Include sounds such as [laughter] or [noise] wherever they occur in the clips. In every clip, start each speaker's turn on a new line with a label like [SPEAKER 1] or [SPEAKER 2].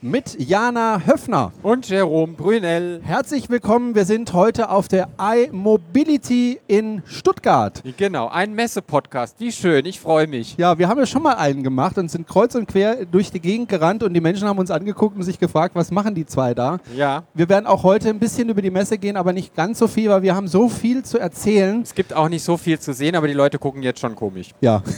[SPEAKER 1] mit Jana Höfner.
[SPEAKER 2] Und Jerome Brunel.
[SPEAKER 1] Herzlich willkommen. Wir sind heute auf der iMobility in Stuttgart.
[SPEAKER 2] Genau, ein Messe-Podcast. Wie schön, ich freue mich.
[SPEAKER 1] Ja, wir haben ja schon mal einen gemacht und sind kreuz und quer durch die Gegend gerannt und die Menschen haben uns angeguckt und sich gefragt, was machen die zwei da?
[SPEAKER 2] Ja.
[SPEAKER 1] Wir werden auch heute ein bisschen über die Messe gehen, aber nicht ganz so viel, weil wir haben so viel zu erzählen.
[SPEAKER 2] Es gibt auch nicht so viel zu sehen, aber die Leute gucken jetzt schon komisch.
[SPEAKER 1] Ja. [laughs]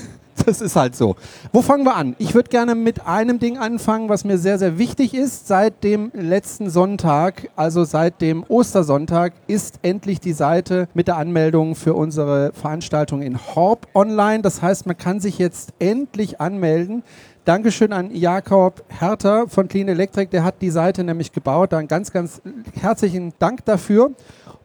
[SPEAKER 1] Das ist halt so. Wo fangen wir an? Ich würde gerne mit einem Ding anfangen, was mir sehr, sehr wichtig ist. Seit dem letzten Sonntag, also seit dem Ostersonntag, ist endlich die Seite mit der Anmeldung für unsere Veranstaltung in Horb online. Das heißt, man kann sich jetzt endlich anmelden. Dankeschön an Jakob Herter von Clean Electric, der hat die Seite nämlich gebaut. Dann ganz, ganz herzlichen Dank dafür.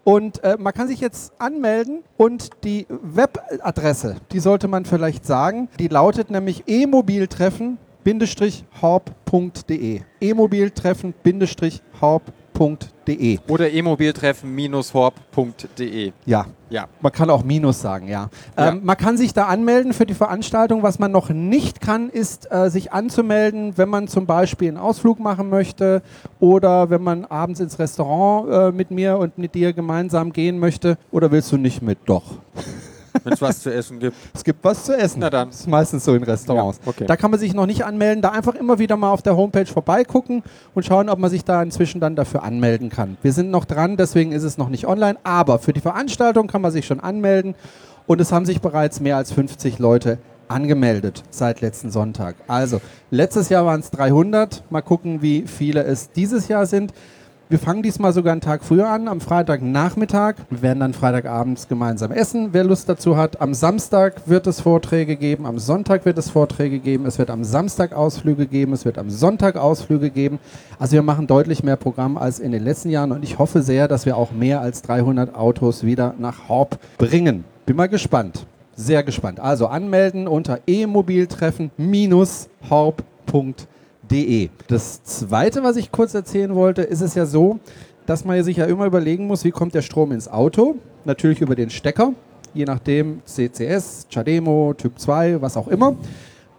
[SPEAKER 1] Und äh, man kann sich jetzt anmelden und die Webadresse, die sollte man vielleicht sagen, die lautet nämlich emobiltreffen-horb.de. Emobiltreffen-horb.de.
[SPEAKER 2] Oder emobiltreffen-horb.de.
[SPEAKER 1] Ja.
[SPEAKER 2] Ja.
[SPEAKER 1] Man kann auch Minus sagen, ja.
[SPEAKER 2] Ja.
[SPEAKER 1] Ähm, man kann sich da anmelden für die Veranstaltung. Was man noch nicht kann, ist äh, sich anzumelden, wenn man zum Beispiel einen Ausflug machen möchte oder wenn man abends ins Restaurant äh, mit mir und mit dir gemeinsam gehen möchte. Oder willst du nicht mit? Doch.
[SPEAKER 2] Wenn es was zu essen gibt.
[SPEAKER 1] Es gibt was zu essen.
[SPEAKER 2] Na dann.
[SPEAKER 1] Das ist meistens so in Restaurants.
[SPEAKER 2] Ja, okay.
[SPEAKER 1] Da kann man sich noch nicht anmelden. Da einfach immer wieder mal auf der Homepage vorbeigucken und schauen, ob man sich da inzwischen dann dafür anmelden kann. Wir sind noch dran, deswegen ist es noch nicht online. Aber für die Veranstaltung kann man sich schon anmelden. Und es haben sich bereits mehr als 50 Leute angemeldet seit letzten Sonntag. Also, letztes Jahr waren es 300. Mal gucken, wie viele es dieses Jahr sind. Wir fangen diesmal sogar einen Tag früher an, am Freitagnachmittag. Wir werden dann Freitagabends gemeinsam essen, wer Lust dazu hat. Am Samstag wird es Vorträge geben, am Sonntag wird es Vorträge geben, es wird am Samstag Ausflüge geben, es wird am Sonntag Ausflüge geben. Also wir machen deutlich mehr Programm als in den letzten Jahren und ich hoffe sehr, dass wir auch mehr als 300 Autos wieder nach Horb bringen. Bin mal gespannt, sehr gespannt. Also anmelden unter e-mobiltreffen-horb.de www.ruhrpott.de. Das zweite, was ich kurz erzählen wollte, ist es ja so, dass man sich ja immer überlegen muss, wie kommt der Strom ins Auto? Natürlich über den Stecker, je nachdem CCS, Chademo, Typ 2, was auch immer.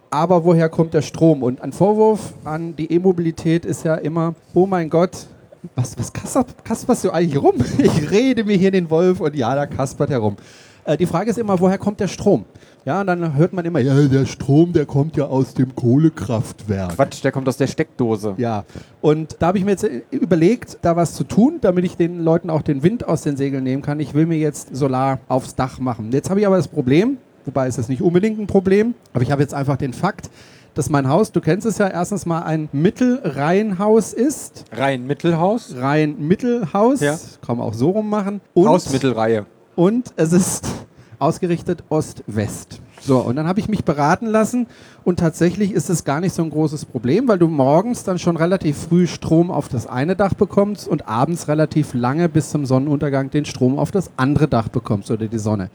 [SPEAKER 1] Aber woher kommt der Strom? Und ein Vorwurf an die E-Mobilität ist ja immer, oh mein Gott, was, was kasperst, kasperst du eigentlich rum? Ich rede mir hier den Wolf und ja, da kaspert herum. Äh, die Frage ist immer, woher kommt der Strom? Ja, und dann hört man immer, ja, der Strom, der kommt ja aus dem Kohlekraftwerk.
[SPEAKER 2] [laughs] Quatsch, der kommt aus der Steckdose.
[SPEAKER 1] Ja, und da habe ich mir jetzt äh, überlegt, da was zu tun, damit ich den Leuten auch den Wind aus den Segeln nehmen kann. Ich will mir jetzt Solar aufs Dach machen. Jetzt habe ich aber das Problem, wobei ist das nicht unbedingt ein Problem, aber ich habe jetzt einfach den Fakt, dass mein Haus, du kennst es ja, erstens mal ein Mittelreihenhaus ist.
[SPEAKER 2] Rein Mittelhaus.
[SPEAKER 1] Reihenmittelhaus,
[SPEAKER 2] Ja.
[SPEAKER 1] kann man auch so rum machen. Und,
[SPEAKER 2] Hausmittelreihe.
[SPEAKER 1] und es ist ausgerichtet Ost-West. So, und dann habe ich mich beraten lassen und tatsächlich ist es gar nicht so ein großes Problem, weil du morgens dann schon relativ früh Strom auf das eine Dach bekommst und abends relativ lange bis zum Sonnenuntergang den Strom auf das andere Dach bekommst oder die Sonne.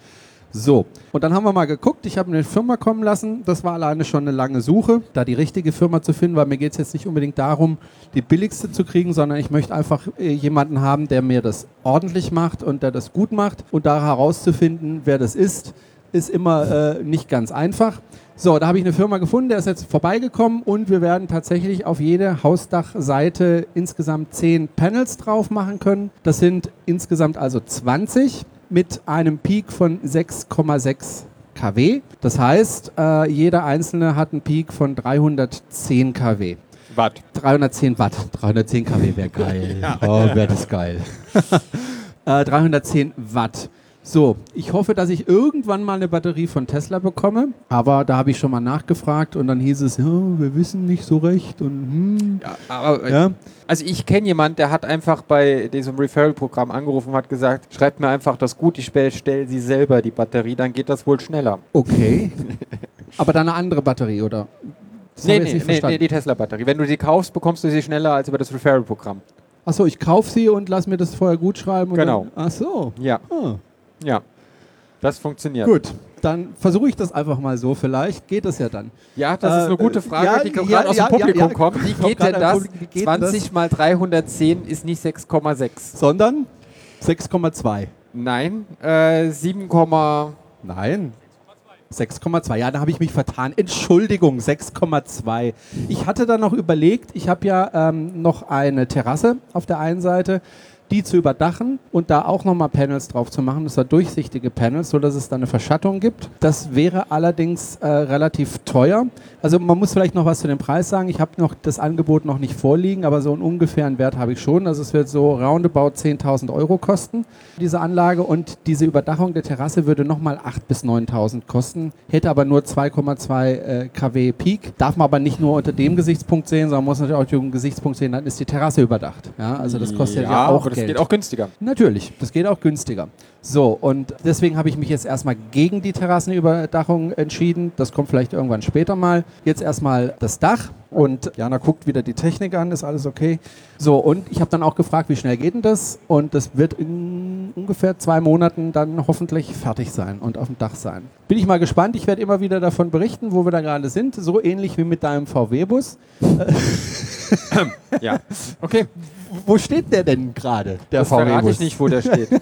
[SPEAKER 1] So, und dann haben wir mal geguckt, ich habe eine Firma kommen lassen, das war alleine schon eine lange Suche, da die richtige Firma zu finden, weil mir geht es jetzt nicht unbedingt darum, die billigste zu kriegen, sondern ich möchte einfach äh, jemanden haben, der mir das ordentlich macht und der das gut macht und da herauszufinden, wer das ist, ist immer äh, nicht ganz einfach. So, da habe ich eine Firma gefunden, der ist jetzt vorbeigekommen und wir werden tatsächlich auf jede Hausdachseite insgesamt 10 Panels drauf machen können. Das sind insgesamt also 20 mit einem Peak von 6,6 kW. Das heißt, äh, jeder einzelne hat einen Peak von 310 kW.
[SPEAKER 2] Watt.
[SPEAKER 1] 310 Watt. 310 kW wäre
[SPEAKER 2] [laughs]
[SPEAKER 1] geil. Oh, wäre das geil. [laughs] äh, 310 Watt. So, ich hoffe, dass ich irgendwann mal eine Batterie von Tesla bekomme, aber da habe ich schon mal nachgefragt und dann hieß es, ja, wir wissen nicht so recht und hm,
[SPEAKER 2] Aber,
[SPEAKER 1] ja.
[SPEAKER 2] Also ich kenne jemanden, der hat einfach bei diesem Referral-Programm angerufen und hat gesagt, schreibt mir einfach das gut, ich stelle stell sie selber die Batterie, dann geht das wohl schneller.
[SPEAKER 1] Okay. aber dann eine andere Batterie, oder? Das
[SPEAKER 2] Nee,
[SPEAKER 1] habe ich jetzt nicht
[SPEAKER 2] nee, nee, nee,
[SPEAKER 1] verstanden.
[SPEAKER 2] die Tesla-Batterie. Wenn du sie kaufst, bekommst du sie schneller als über das Referral-Programm.
[SPEAKER 1] Achso, ich kaufe sie und lass mir das vorher gut schreiben. und
[SPEAKER 2] Genau.
[SPEAKER 1] Dann, ach so.
[SPEAKER 2] Ja,
[SPEAKER 1] Ah.
[SPEAKER 2] ja. Das funktioniert.
[SPEAKER 1] Gut, dann versuche ich das einfach mal so. Vielleicht geht das ja dann.
[SPEAKER 2] Ja, das ist eine
[SPEAKER 1] Äh,
[SPEAKER 2] gute
[SPEAKER 1] äh,
[SPEAKER 2] Frage,
[SPEAKER 1] ja,
[SPEAKER 2] die gerade
[SPEAKER 1] ja,
[SPEAKER 2] aus
[SPEAKER 1] ja,
[SPEAKER 2] dem Publikum
[SPEAKER 1] ja, ja,
[SPEAKER 2] kommt. Wie
[SPEAKER 1] kommt
[SPEAKER 2] geht
[SPEAKER 1] gerade aus
[SPEAKER 2] denn das?
[SPEAKER 1] dem Publikum. Wie geht denn das?
[SPEAKER 2] 20 mal 310 ist nicht 6,6.
[SPEAKER 1] Sondern 6,2.
[SPEAKER 2] Nein, äh, 7,
[SPEAKER 1] Nein. 6,2. Ja, da habe ich mich vertan. Entschuldigung, 6,2. Ich hatte dann noch überlegt, ich habe ja ähm, noch eine Terrasse auf der einen Seite, die zu überdachen und da auch nochmal Panels drauf zu machen. Das sind durchsichtige Panels, sodass es da eine Verschattung gibt. Das wäre allerdings äh, relativ teuer. Also man muss vielleicht noch was zu dem Preis sagen. Ich habe noch das Angebot noch nicht vorliegen, aber so einen ungefähren Wert habe ich schon. Also es wird so roundabout 10.000 Euro kosten, diese Anlage. Und diese Überdachung der Terrasse würde nochmal 8.000 bis 9.000 kosten, hätte aber nur 2,2 äh, kW Peak. Darf man aber nicht nur unter dem Gesichtspunkt sehen, sondern muss natürlich auch den Gesichtspunkt sehen, dann ist die Terrasse überdacht. Ja, also das kostet ja, auch
[SPEAKER 2] aber das
[SPEAKER 1] Geld.
[SPEAKER 2] geht auch günstiger.
[SPEAKER 1] Natürlich, das geht auch günstiger. So, und deswegen habe ich mich jetzt erstmal gegen die Terrassenüberdachung entschieden. Das kommt vielleicht irgendwann später mal. Jetzt erstmal das Dach und Jana guckt wieder die Technik an, ist alles okay. So, und ich habe dann auch gefragt, wie schnell geht denn das? Und das wird in ungefähr zwei Monaten dann hoffentlich fertig sein und auf dem Dach sein. Bin ich mal gespannt. Ich werde immer wieder davon berichten, wo wir da gerade sind. So ähnlich wie mit deinem VW-Bus.
[SPEAKER 2] [laughs] Ja. Okay,
[SPEAKER 1] Wo steht der denn gerade, der
[SPEAKER 2] das verrate ich nicht, wo der steht. [laughs]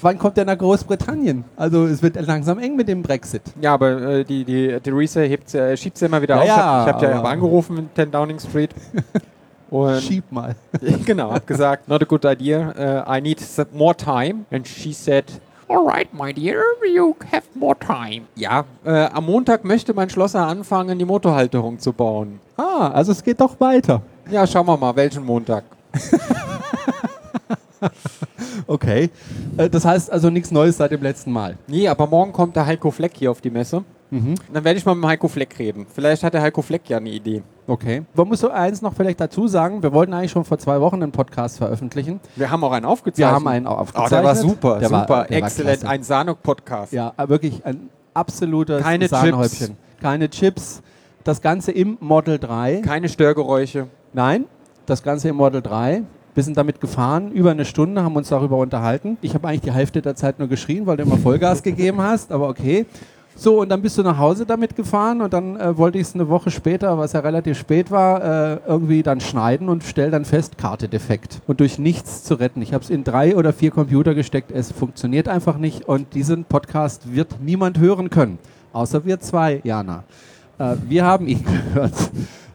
[SPEAKER 1] Wann kommt der nach Großbritannien? Also es wird langsam eng mit dem Brexit.
[SPEAKER 2] Ja, aber äh, die, die Theresa hebt's, äh, schiebt es ja immer wieder
[SPEAKER 1] Ja,
[SPEAKER 2] auf.
[SPEAKER 1] ja,
[SPEAKER 2] Ich hab- ich habe ja
[SPEAKER 1] aber-
[SPEAKER 2] aber angerufen in 10 Downing [laughs] Street. Und
[SPEAKER 1] Schieb mal.
[SPEAKER 2] [laughs] genau, habe gesagt, not a good idea. Uh, I need some more time. And she said, all right, my dear, you have more time. Ja, äh, am Montag möchte mein Schlosser anfangen, die Motorhalterung zu bauen.
[SPEAKER 1] Ah, also es geht doch weiter.
[SPEAKER 2] Ja, schauen wir mal, welchen Montag.
[SPEAKER 1] Okay. Äh, Das heißt also nichts Neues seit dem letzten Mal.
[SPEAKER 2] Nee, aber morgen kommt der Heiko Fleck hier auf die Messe.
[SPEAKER 1] Mhm.
[SPEAKER 2] Dann werde ich mal mit dem Heiko Fleck reden. Vielleicht hat der Heiko Fleck ja eine Idee.
[SPEAKER 1] Okay. Man muss so eins noch vielleicht dazu sagen. Wir wollten eigentlich schon vor zwei Wochen einen Podcast veröffentlichen.
[SPEAKER 2] Wir haben auch einen
[SPEAKER 1] Wir
[SPEAKER 2] aufgezeichnet.
[SPEAKER 1] haben einen auch
[SPEAKER 2] Oh,
[SPEAKER 1] aufgezeichnet.
[SPEAKER 2] der war super,
[SPEAKER 1] Der war-
[SPEAKER 2] super,
[SPEAKER 1] der war
[SPEAKER 2] exzellent.
[SPEAKER 1] klasse.
[SPEAKER 2] Ein Sanok-Podcast.
[SPEAKER 1] Ja, äh, wirklich ein absolutes
[SPEAKER 2] Keine
[SPEAKER 1] Sahnehäubchen. Keine Chips. Das Ganze im Model 3.
[SPEAKER 2] Keine Störgeräusche.
[SPEAKER 1] Nein, das Ganze im Model 3. Wir sind damit gefahren, über eine Stunde, haben uns darüber unterhalten. Ich habe eigentlich die Hälfte der Zeit nur geschrien, weil du immer Vollgas gegeben hast, aber okay. So, und dann bist du nach Hause damit gefahren und dann äh, wollte ich es eine Woche später, was ja relativ spät war, äh, irgendwie dann schneiden und stell dann fest, Karte defekt und durch nichts zu retten. Ich habe es in drei oder vier Computer gesteckt, es funktioniert einfach nicht und diesen Podcast wird niemand hören können, außer wir zwei, Jana. Äh, wir haben ihn [laughs] gehört.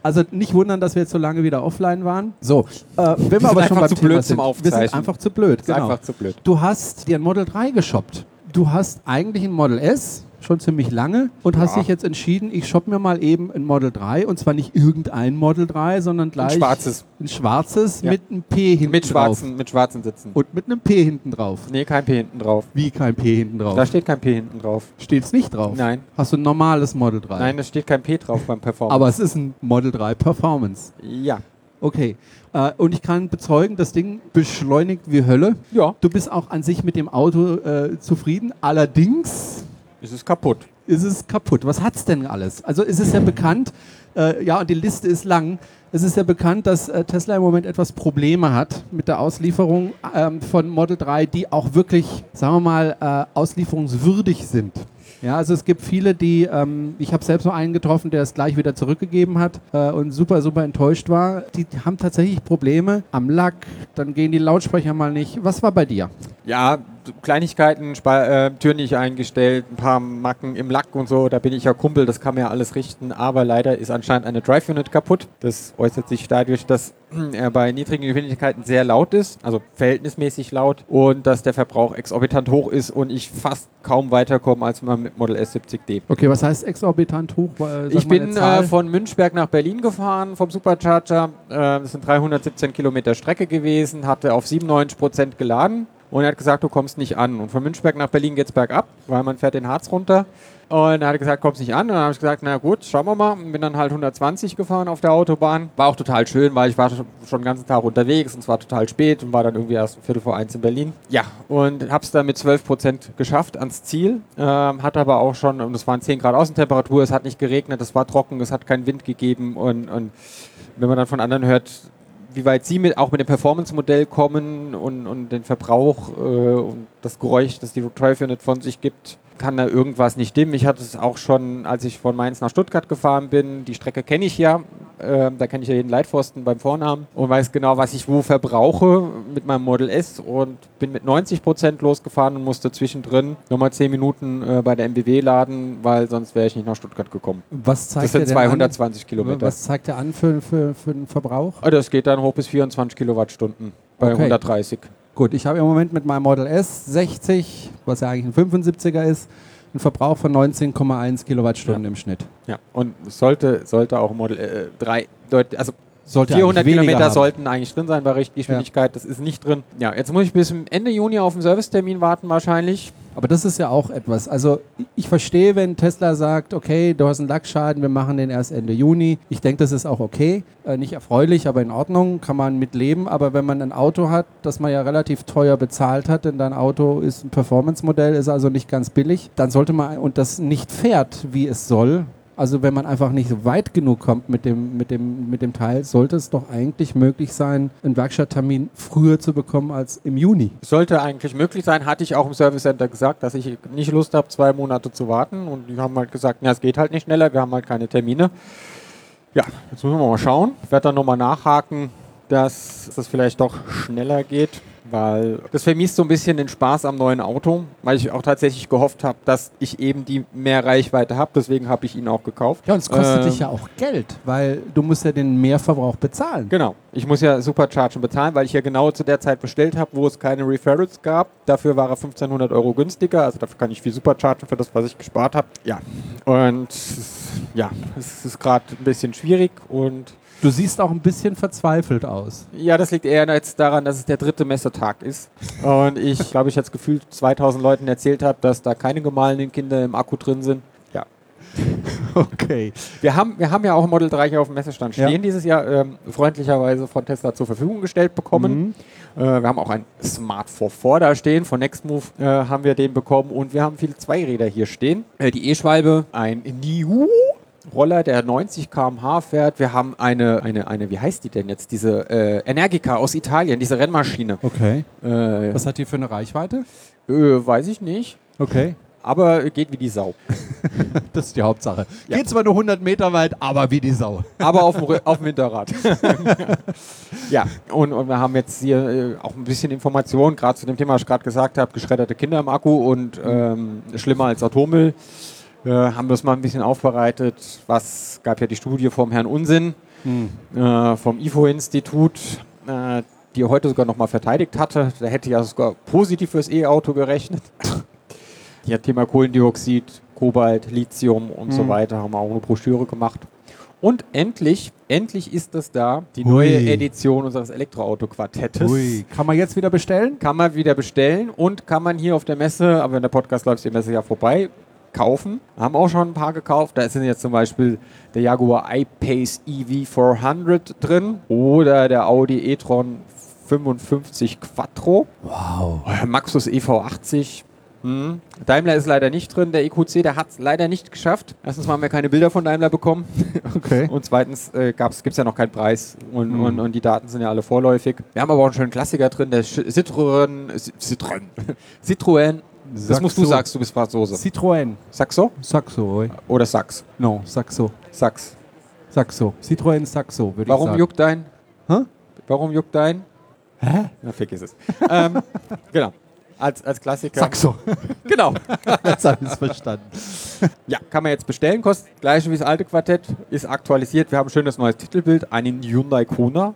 [SPEAKER 1] Also nicht wundern, dass wir jetzt so lange wieder offline waren. So, äh, wenn wir aber
[SPEAKER 2] einfach
[SPEAKER 1] schon beim
[SPEAKER 2] zu
[SPEAKER 1] Thema
[SPEAKER 2] blöd
[SPEAKER 1] sind,
[SPEAKER 2] zum
[SPEAKER 1] wir
[SPEAKER 2] Aufzeichnen.
[SPEAKER 1] sind einfach zu blöd. genau.
[SPEAKER 2] Ist einfach zu blöd.
[SPEAKER 1] Du hast dir ein Model 3 geshoppt. Du hast eigentlich ein Model S schon ziemlich lange und hast
[SPEAKER 2] Ja.
[SPEAKER 1] dich jetzt entschieden, ich shoppe mir mal eben ein Model 3 und zwar nicht irgendein Model 3, sondern gleich
[SPEAKER 2] schwarzes.
[SPEAKER 1] ein schwarzes
[SPEAKER 2] Ja.
[SPEAKER 1] mit einem P hinten
[SPEAKER 2] Mit
[SPEAKER 1] drauf
[SPEAKER 2] schwarzen, mit schwarzen Sitzen.
[SPEAKER 1] und mit einem P hinten drauf.
[SPEAKER 2] Nee, kein P hinten drauf.
[SPEAKER 1] Wie kein P hinten
[SPEAKER 2] Da
[SPEAKER 1] drauf.
[SPEAKER 2] steht kein P hinten drauf.
[SPEAKER 1] Steht's nicht drauf.
[SPEAKER 2] Nein.
[SPEAKER 1] Hast du ein normales Model 3?
[SPEAKER 2] Nein, da steht kein P drauf beim Performance.
[SPEAKER 1] Aber es ist ein Model 3 Performance.
[SPEAKER 2] ja.
[SPEAKER 1] Okay. Äh, und ich kann bezeugen, das Ding beschleunigt wie Hölle.
[SPEAKER 2] Ja.
[SPEAKER 1] Du bist auch an sich mit dem Auto äh, zufrieden. Allerdings
[SPEAKER 2] Es ist kaputt.
[SPEAKER 1] ist es kaputt. Was hat's denn alles? Also es ist ja bekannt, äh, ja, und die Liste ist lang. Es ist ja bekannt, dass äh, Tesla im Moment etwas Probleme hat mit der Auslieferung ähm, von Model 3, die auch wirklich, sagen wir mal, äh, auslieferungswürdig sind. Ja, also es gibt viele, die, ähm, ich habe selbst noch einen getroffen, der es gleich wieder zurückgegeben hat äh, und super, super enttäuscht war. Die haben tatsächlich Probleme am Lack, dann gehen die Lautsprecher mal nicht. Was war bei dir?
[SPEAKER 2] Ja, so Kleinigkeiten, Spa äh, Tür nicht eingestellt, ein paar Macken im Lack und so. Da bin ich ja Kumpel, das kann man ja alles richten. Aber leider ist anscheinend eine Drive-Unit kaputt. Das äußert sich dadurch, dass [clears throat] er bei niedrigen Geschwindigkeiten sehr laut ist, also verhältnismäßig laut. Und dass der Verbrauch exorbitant hoch ist und ich fast kaum weiterkomme als mit Model S70D.
[SPEAKER 1] Okay, was heißt exorbitant hoch? Äh, sag
[SPEAKER 2] Ich
[SPEAKER 1] mal eine
[SPEAKER 2] bin
[SPEAKER 1] Zahl.
[SPEAKER 2] äh, von Münchberg nach Berlin gefahren vom Supercharger. Äh, das sind 317 Kilometer Strecke gewesen, hatte auf 97 Prozent geladen und er hat gesagt, du kommst nicht an. Und von Münchberg nach Berlin geht's bergab, weil man fährt den Harz runter. Und er hat gesagt, kommst nicht an. Und dann habe ich gesagt, na gut, schauen wir mal. Und bin dann halt 120 gefahren auf der Autobahn. War auch total schön, weil ich war schon schon den ganzen Tag unterwegs und es war total spät und war dann irgendwie erst um Viertel vor eins in Berlin. Ja, und hab's dann mit 12 Prozent geschafft ans Ziel. Ähm, hat aber auch schon, und es waren 10 Grad Außentemperatur, es hat nicht geregnet, es war trocken, es hat keinen Wind gegeben. Und, und wenn man dann von anderen hört, wie weit sie mit, auch mit dem Performance-Modell kommen und, und den Verbrauch äh, und das Geräusch, das die Drive Unit von sich gibt, kann da irgendwas nicht stimmen. Ich hatte es auch schon, als ich von Mainz nach Stuttgart gefahren bin. Die Strecke kenne ich ja. Äh, da kenne ich ja jeden Leitpfosten beim Vornamen und weiß genau, was ich wo verbrauche mit meinem Model S und bin mit 90 Prozent losgefahren und musste zwischendrin nochmal 10 Minuten äh, bei der MBW laden, weil sonst wäre ich nicht nach Stuttgart gekommen.
[SPEAKER 1] Was zeigt
[SPEAKER 2] Das sind
[SPEAKER 1] der denn an?
[SPEAKER 2] 220 Kilometer.
[SPEAKER 1] Was zeigt er an für, für, für den Verbrauch?
[SPEAKER 2] Ah, Das geht dann hoch bis 24 Kilowattstunden bei
[SPEAKER 1] Okay.
[SPEAKER 2] 130.
[SPEAKER 1] Gut, ich habe im Moment mit meinem Model S 60, was ja eigentlich ein 75er ist, einen Verbrauch von 19,1 Kilowattstunden im Schnitt.
[SPEAKER 2] Ja, und es sollte, sollte auch Model äh, 3, deut also
[SPEAKER 1] Sollte eigentlich
[SPEAKER 2] 400
[SPEAKER 1] weniger
[SPEAKER 2] Kilometer
[SPEAKER 1] haben.
[SPEAKER 2] sollten eigentlich drin sein bei Richtgeschwindigkeit, das ist nicht drin. Ja, jetzt muss ich bis Ende Juni auf den Servicetermin warten wahrscheinlich.
[SPEAKER 1] Aber das ist ja auch etwas. Also ich verstehe, wenn Tesla sagt, okay, du hast einen Lackschaden, wir machen den erst Ende Juni. Ich denke, das ist auch okay. Äh, nicht erfreulich, aber in Ordnung, kann man mit leben. Aber wenn man ein Auto hat, das man ja relativ teuer bezahlt hat, denn dein Auto ist ein Performance-Modell, ist also nicht ganz billig, dann sollte man und das nicht fährt, wie es soll. Also wenn man einfach nicht weit genug kommt mit dem, mit dem, mit dem Teil, sollte es doch eigentlich möglich sein, einen Werkstatttermin früher zu bekommen als im Juni.
[SPEAKER 2] Sollte eigentlich möglich sein, hatte ich auch im Service Center gesagt, dass ich nicht Lust habe, zwei Monate zu warten. Und die haben halt gesagt, na, es geht halt nicht schneller, wir haben halt keine Termine. Ja, jetzt müssen wir mal schauen. Ich werde dann nochmal nachhaken, dass das vielleicht doch schneller geht, weil das vermisst so ein bisschen den Spaß am neuen Auto, weil ich auch tatsächlich gehofft habe, dass ich eben die mehr Reichweite habe. Deswegen habe ich ihn auch gekauft.
[SPEAKER 1] Ja, und es kostet
[SPEAKER 2] Ähm,
[SPEAKER 1] dich ja auch Geld, weil du musst ja den Mehrverbrauch bezahlen.
[SPEAKER 2] Genau. Ich muss ja Superchargen bezahlen, weil ich ja genau zu der Zeit bestellt habe, wo es keine Referrals gab. Dafür war er 1500 Euro günstiger. Also dafür kann ich viel Superchargen für das, was ich gespart habe. Ja. Und es- ja, es ist gerade ein bisschen schwierig. Und
[SPEAKER 1] Du siehst auch ein bisschen verzweifelt aus.
[SPEAKER 2] ja, das liegt eher jetzt daran, dass es der dritte Messetag ist. Und ich glaube, ich jetzt gefühlt 2000 Leuten erzählt habe, dass da keine gemahlenen Kinder im Akku drin sind. Ja.
[SPEAKER 1] [laughs] Okay.
[SPEAKER 2] Wir haben, wir haben ja auch ein Model 3 hier auf dem Messestand
[SPEAKER 1] Ja.
[SPEAKER 2] stehen, dieses Jahr ähm, freundlicherweise von Tesla zur Verfügung gestellt bekommen.
[SPEAKER 1] Mhm.
[SPEAKER 2] Äh, wir haben auch ein Smart 4 da stehen, von Nextmove äh, haben wir den bekommen und wir haben viele Zweiräder hier stehen. Äh, die E-Schwalbe, ein Niu. Roller, der 90 km/h fährt. Wir haben eine, eine, eine, wie heißt die denn jetzt? Diese äh, Energica aus Italien, diese Rennmaschine.
[SPEAKER 1] Okay.
[SPEAKER 2] Äh,
[SPEAKER 1] Was hat die für eine Reichweite?
[SPEAKER 2] äh, weiß ich nicht,
[SPEAKER 1] Okay.
[SPEAKER 2] aber geht wie die Sau.
[SPEAKER 1] Das ist die Hauptsache. Geht zwar nur 100 Meter weit, aber wie die Sau.
[SPEAKER 2] aber auf dem, Rü- auf dem Hinterrad. ja, und, und wir haben jetzt hier äh, auch ein bisschen Informationen, gerade zu dem Thema, was ich gerade gesagt habe, geschredderte Kinder im Akku und ähm, schlimmer als Atommüll. Äh, haben das mal ein bisschen aufbereitet. Was gab ja die Studie vom Herrn Unsinn
[SPEAKER 1] Hm.
[SPEAKER 2] äh, vom IFO-Institut, äh, die er heute sogar nochmal verteidigt hatte. Da hätte ja sogar positiv fürs E-Auto gerechnet. [laughs] ja, Thema Kohlendioxid, Kobalt, Lithium und so weiter haben wir auch eine Broschüre gemacht. Und endlich, endlich ist das da, die neue
[SPEAKER 1] Hui.
[SPEAKER 2] Edition unseres Elektroauto-Quartettes.
[SPEAKER 1] Ui. Kann man jetzt wieder bestellen?
[SPEAKER 2] Kann man wieder bestellen und kann man hier auf der Messe, aber wenn der Podcast läuft, ist die Messe ja vorbei, kaufen. Haben auch schon ein paar gekauft. Da sind jetzt zum Beispiel der Jaguar I-Pace E EV 400 drin oder der Audi e-tron 55 Quattro,
[SPEAKER 1] Wow.
[SPEAKER 2] oder Maxus EV80. Hm. Daimler ist leider nicht drin, der EQC, der hat es leider nicht geschafft. Erstens mal haben wir keine Bilder von Daimler bekommen.
[SPEAKER 1] Okay.
[SPEAKER 2] Und zweitens äh, gibt es ja noch keinen Preis und, und, und die Daten sind ja alle vorläufig. Mhm. Wir haben aber auch einen schönen Klassiker drin, der Sch- Citroën. Ci- [laughs] Citroën. Citroën. Das
[SPEAKER 1] Saxo.
[SPEAKER 2] musst du sagst, du bist Franzose.
[SPEAKER 1] Citroën.
[SPEAKER 2] Saxo
[SPEAKER 1] Saxo, oi.
[SPEAKER 2] oder Sax?
[SPEAKER 1] No, Saxo.
[SPEAKER 2] Sax.
[SPEAKER 1] Saxo. Citroën Saxo, würde ich
[SPEAKER 2] Warum
[SPEAKER 1] sagen.
[SPEAKER 2] juckt dein?
[SPEAKER 1] Hä?
[SPEAKER 2] Warum juckt dein?
[SPEAKER 1] Hä?
[SPEAKER 2] Na, vergiss es. ähm, [laughs] genau. Als, als Klassiker.
[SPEAKER 1] [laughs] Saxo.
[SPEAKER 2] Genau.
[SPEAKER 1] Jetzt habe ich es verstanden.
[SPEAKER 2] Ja, kann man jetzt bestellen, kostet gleich wie das alte Quartett, ist aktualisiert. Wir haben ein schönes neues Titelbild, einen Hyundai Kona.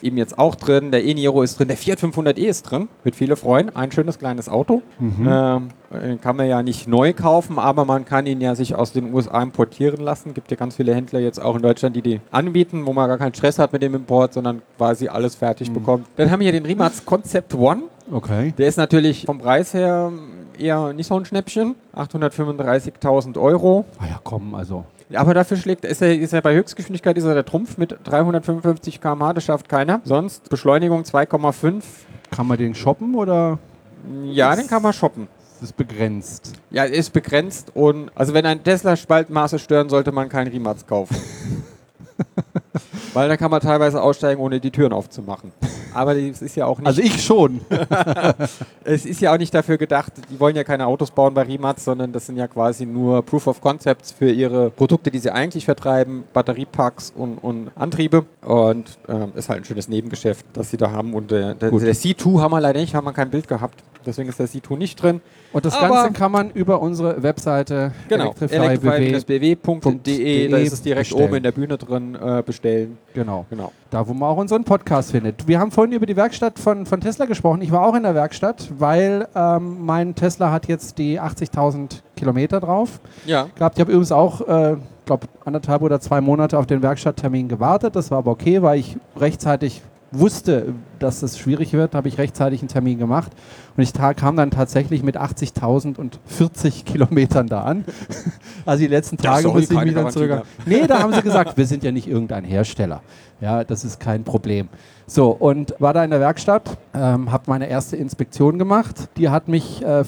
[SPEAKER 2] Eben jetzt auch drin, der e-Niro ist drin, der Fiat 500e ist drin, wird viele freuen. Ein schönes kleines Auto. Ähm, äh, kann man ja nicht neu kaufen, aber man kann ihn ja sich aus den USA importieren lassen. Gibt ja ganz viele Händler jetzt auch in Deutschland, die die anbieten, wo man gar keinen Stress hat mit dem Import, sondern quasi alles fertig bekommt. Dann haben wir hier den Rimac Concept One.
[SPEAKER 1] Okay.
[SPEAKER 2] Der ist natürlich vom Preis her eher nicht so ein Schnäppchen. 835.000 Euro.
[SPEAKER 1] Ah ja, komm, also.
[SPEAKER 2] Aber dafür schlägt, ist er, ist er bei Höchstgeschwindigkeit ist er der Trumpf mit 355 km/h, das schafft keiner. Sonst Beschleunigung 2,5.
[SPEAKER 1] Kann man den shoppen oder
[SPEAKER 2] Ja, den kann man shoppen.
[SPEAKER 1] ist es begrenzt?
[SPEAKER 2] Ja, ist begrenzt und also wenn ein Tesla Spaltmaße stören, sollte man keinen [laughs] Rimac kaufen. Weil da kann man teilweise aussteigen, ohne die Türen aufzumachen. Aber es ist ja auch nicht,
[SPEAKER 3] Also ich schon.
[SPEAKER 2] es ist ja auch nicht dafür gedacht, die wollen ja keine Autos bauen bei Rimatz, sondern das sind ja quasi nur Proof of Concepts für ihre Produkte, die sie eigentlich vertreiben, Batteriepacks und, und Antriebe. Und ähm, ist halt ein schönes Nebengeschäft, das sie da haben. Und der, der,
[SPEAKER 3] Gut.
[SPEAKER 2] der C2 haben wir leider nicht, haben wir kein Bild gehabt. Deswegen ist der C2 nicht drin.
[SPEAKER 1] Und das
[SPEAKER 2] Aber-
[SPEAKER 1] Ganze kann man über unsere Webseite
[SPEAKER 2] Genau,
[SPEAKER 1] electrify.bw,
[SPEAKER 2] electrify-bw.de, da ist es direkt
[SPEAKER 1] E, bestellen.
[SPEAKER 2] oben in der Bühne drin, äh, bestellen.
[SPEAKER 1] genau.
[SPEAKER 2] Genau.
[SPEAKER 1] Da, wo man auch unseren Podcast findet. Wir haben vorhin über die Werkstatt von, von Tesla gesprochen. Ich war auch in der Werkstatt, weil ähm, mein Tesla hat jetzt die 80.000 Kilometer drauf
[SPEAKER 2] Ja.
[SPEAKER 1] gehabt. Ich habe übrigens auch, äh, glaube anderthalb oder zwei Monate auf den Werkstatttermin gewartet. Das war aber okay, weil ich rechtzeitig wusste, dass es schwierig wird, habe ich rechtzeitig einen Termin gemacht und ich ta- kam dann tatsächlich mit 80.040 Kilometern da an. Also die letzten
[SPEAKER 2] Das ist
[SPEAKER 1] Tage
[SPEAKER 2] doch
[SPEAKER 1] musste ich
[SPEAKER 2] keine
[SPEAKER 1] mich dann
[SPEAKER 2] Garantie
[SPEAKER 1] zurück. Nee, da
[SPEAKER 2] [laughs]
[SPEAKER 1] haben sie gesagt, wir sind ja nicht irgendein Hersteller. Ja, das ist kein Problem. So, und war da in der Werkstatt, ähm, habe meine erste Inspektion gemacht. Die hat mich äh,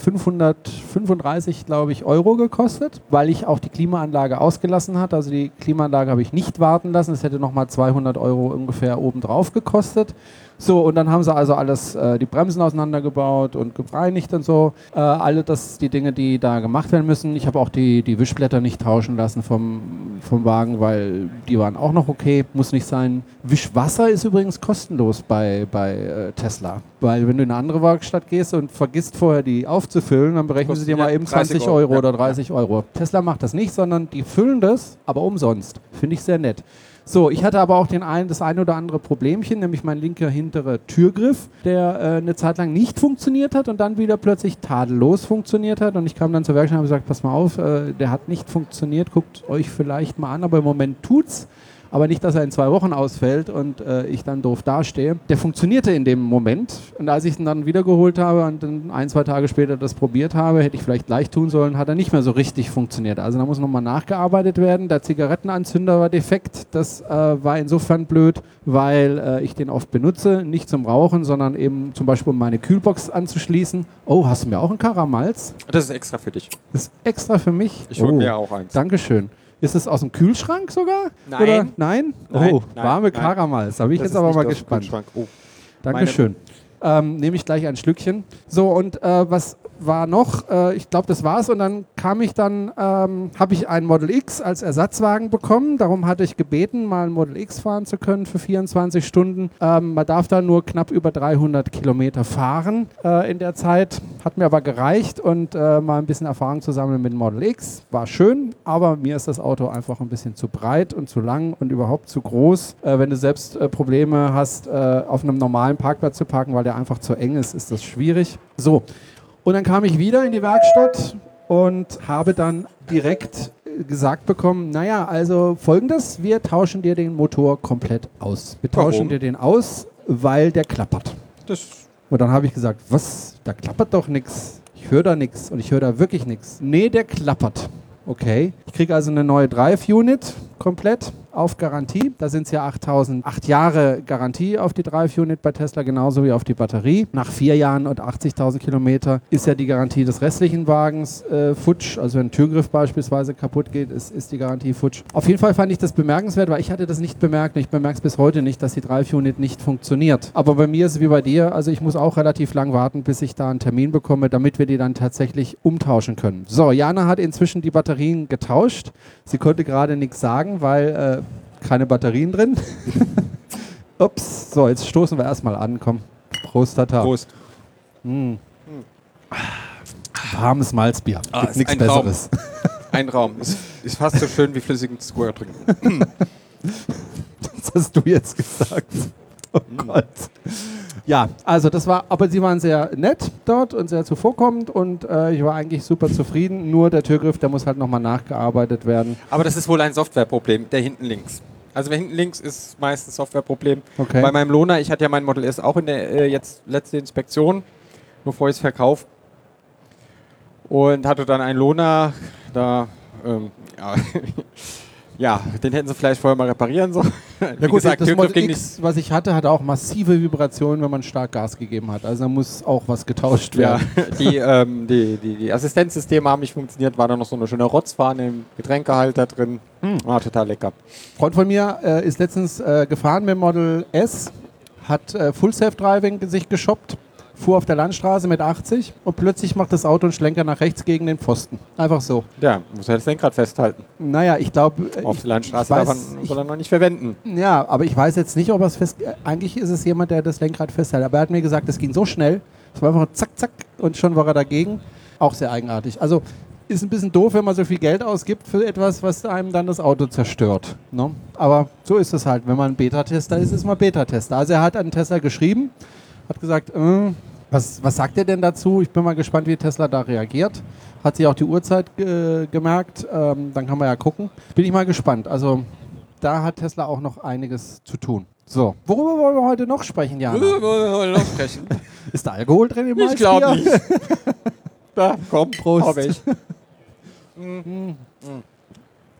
[SPEAKER 1] 535, glaube ich, Euro gekostet, weil ich auch die Klimaanlage ausgelassen hat. Also die Klimaanlage habe ich nicht warten lassen. Es hätte nochmal 200 Euro ungefähr obendrauf gekostet. So, und dann haben sie also alles, äh, die Bremsen auseinandergebaut und gereinigt und so. Äh, alle das, die Dinge, die da gemacht werden müssen. Ich habe auch die, die Wischblätter nicht tauschen lassen vom, vom Wagen, weil die waren auch noch okay. Muss nicht sein. Wischwasser ist übrigens kostenlos bei, bei äh, Tesla. Weil wenn du in eine andere Werkstatt gehst und vergisst vorher die aufzufüllen, dann berechnen sie
[SPEAKER 2] Kostet
[SPEAKER 1] dir mal
[SPEAKER 2] wieder
[SPEAKER 1] eben
[SPEAKER 2] 30
[SPEAKER 1] 20
[SPEAKER 2] Euro.
[SPEAKER 1] Euro,
[SPEAKER 2] Ja.
[SPEAKER 1] oder 30 Euro. Tesla macht das nicht, sondern die füllen das, aber umsonst. Finde ich sehr nett. So, ich hatte aber auch den ein, das ein oder andere Problemchen, nämlich mein linker hinterer Türgriff, der äh, eine Zeit lang nicht funktioniert hat und dann wieder plötzlich tadellos funktioniert hat. Und ich kam dann zur Werkstatt und habe gesagt, pass mal auf, äh, der hat nicht funktioniert, guckt euch vielleicht mal an, aber im Moment tut's. Aber nicht, dass er in zwei Wochen ausfällt und äh, ich dann doof dastehe. Der funktionierte in dem Moment. Und als ich ihn dann wiedergeholt habe und dann ein, zwei Tage später das probiert habe, hätte ich vielleicht leicht tun sollen, hat er nicht mehr so richtig funktioniert. Also da muss nochmal nachgearbeitet werden. Der Zigarettenanzünder war defekt. Das äh, war insofern blöd, weil äh, ich den oft benutze. Nicht zum Rauchen, sondern eben zum Beispiel, um meine Kühlbox anzuschließen. Oh, hast du mir auch einen Karamalz?
[SPEAKER 2] Das ist extra für dich.
[SPEAKER 1] Das ist extra für mich.
[SPEAKER 2] Ich hole
[SPEAKER 1] oh.
[SPEAKER 2] mir auch eins.
[SPEAKER 1] Dankeschön. Ist es aus dem Kühlschrank sogar?
[SPEAKER 2] Nein.
[SPEAKER 1] Oder? Nein?
[SPEAKER 2] Nein,
[SPEAKER 1] oh,
[SPEAKER 2] nein,
[SPEAKER 1] warme
[SPEAKER 2] nein.
[SPEAKER 1] Karamals. Da bin ich
[SPEAKER 2] Das
[SPEAKER 1] jetzt
[SPEAKER 2] ist
[SPEAKER 1] aber
[SPEAKER 2] nicht
[SPEAKER 1] mal
[SPEAKER 2] aus dem
[SPEAKER 1] gespannt.
[SPEAKER 2] Kühlschrank. Oh.
[SPEAKER 1] Dankeschön. Ähm, Nehme ich gleich ein Schlückchen. So, und äh, was war noch? Äh, ich glaube, das war's. Und dann kam ich dann, ähm, habe ich einen Model X als Ersatzwagen bekommen. Darum hatte ich gebeten, mal einen Model X fahren zu können für 24 Stunden. Ähm, man darf da nur knapp über 300 Kilometer fahren äh, in der Zeit. Hat mir aber gereicht und äh, mal ein bisschen Erfahrung zu sammeln mit dem Model X. War schön, aber mir ist das Auto einfach ein bisschen zu breit und zu lang und überhaupt zu groß. Äh, wenn du selbst äh, Probleme hast, äh, auf einem normalen Parkplatz zu parken, weil der einfach zu eng ist, ist das schwierig. So, und dann kam ich wieder in die Werkstatt und habe dann direkt äh, gesagt bekommen, naja, also folgendes, wir tauschen dir den Motor komplett aus. Wir tauschen
[SPEAKER 2] Warum?
[SPEAKER 1] dir den aus, weil der klappert.
[SPEAKER 2] Das
[SPEAKER 1] Und dann habe ich gesagt, was, da klappert doch nichts. Ich höre da nichts und ich höre da wirklich nichts. Nee, der klappert. Okay. Ich kriege also eine neue Drive-Unit komplett auf Garantie. Da sind es ja 8000, acht Jahre Garantie auf die Drive-Unit bei Tesla, genauso wie auf die Batterie. Nach vier Jahren und 80.000 Kilometer ist ja die Garantie des restlichen Wagens äh, futsch. Also wenn ein Türgriff beispielsweise kaputt geht, ist, ist die Garantie futsch. Auf jeden Fall fand ich das bemerkenswert, weil ich hatte das nicht bemerkt und ich bemerke es bis heute nicht, dass die Drive-Unit nicht funktioniert. Aber bei mir ist es wie bei dir, also ich muss auch relativ lang warten, bis ich da einen Termin bekomme, damit wir die dann tatsächlich umtauschen können. So, Jana hat inzwischen die Batterien getauscht. Sie konnte gerade nichts sagen, weil äh, keine Batterien drin. [laughs] Ups, so, jetzt stoßen wir erstmal an, komm. Prost, Tata.
[SPEAKER 2] Prost.
[SPEAKER 1] Warmes Malzbier.
[SPEAKER 2] Ah,
[SPEAKER 1] Gibt
[SPEAKER 2] ist
[SPEAKER 1] nichts
[SPEAKER 2] ein Traum.
[SPEAKER 1] Besseres. [laughs]
[SPEAKER 2] Ein Raum. Ist, ist fast so schön wie flüssigen Square trinken.
[SPEAKER 1] Das hast du jetzt gesagt. [laughs] Oh
[SPEAKER 2] Mhm.
[SPEAKER 1] Gott. Ja, also das war, aber sie waren sehr nett dort und sehr zuvorkommend und äh, ich war eigentlich super zufrieden. Nur der Türgriff, der muss halt nochmal nachgearbeitet werden.
[SPEAKER 2] Aber das ist wohl ein Softwareproblem, der hinten links. Also der hinten links ist meistens Softwareproblem.
[SPEAKER 1] Okay.
[SPEAKER 2] Bei meinem Lohner, ich hatte ja mein Model S auch in der äh, jetzt letzte Inspektion, bevor ich es verkaufe. Und hatte dann einen Lohner, da, ähm, [laughs] ja, ja, den hätten sie vielleicht vorher mal reparieren sollen. Wie gesagt,
[SPEAKER 1] das
[SPEAKER 2] Türgriff
[SPEAKER 1] Model
[SPEAKER 2] ging nicht-
[SPEAKER 1] X, was ich hatte, hatte auch massive Vibrationen, wenn man stark Gas gegeben hat. Also da muss auch was getauscht
[SPEAKER 2] Ja, [laughs]
[SPEAKER 1] werden.
[SPEAKER 2] die, ähm, die, die, die Assistenzsysteme haben nicht funktioniert, war da noch so eine schöne Rotzfahne im Getränkehalter drin. War total lecker.
[SPEAKER 1] Freund von mir äh, ist letztens äh, gefahren mit dem Model S, hat äh, Full Self Driving sich geshoppt, fuhr auf der Landstraße mit 80 und plötzlich macht das Auto einen Schlenker nach rechts gegen den Pfosten. Einfach so.
[SPEAKER 2] Ja, muss halt das Lenkrad festhalten.
[SPEAKER 1] Naja, ich glaube. äh,
[SPEAKER 2] Auf
[SPEAKER 1] ich-
[SPEAKER 2] der Landstraße
[SPEAKER 1] ich weiß-
[SPEAKER 2] darf man, soll er noch nicht verwenden.
[SPEAKER 1] Ja, aber ich weiß jetzt nicht, ob er es fest. äh, Eigentlich ist es jemand, der das Lenkrad festhält. Aber er hat mir gesagt, das ging so schnell. Es war einfach ein zack, zack und schon war er dagegen. Auch sehr eigenartig. Also ist ein bisschen doof, wenn man so viel Geld ausgibt für etwas, was einem dann das Auto zerstört. Ne? Aber so ist es halt. Wenn man ein Beta-Tester ist, ist man Beta-Tester. Also er hat an Tesla geschrieben, hat gesagt, äh, was, was sagt er denn dazu? Ich bin mal gespannt, wie Tesla da reagiert. Hat sich auch die Uhrzeit äh, gemerkt. Ähm, dann kann man ja gucken. Bin ich mal gespannt. Also da hat Tesla auch noch einiges zu tun. So, worüber wollen wir heute noch sprechen,
[SPEAKER 2] Ah,
[SPEAKER 1] Jana? Ist da Alkohol drin im
[SPEAKER 2] Äh, Ich glaube
[SPEAKER 1] Malzbier?
[SPEAKER 2] nicht. [laughs] Da, komm,
[SPEAKER 1] Prost.
[SPEAKER 2] Hab ich.
[SPEAKER 1] [laughs]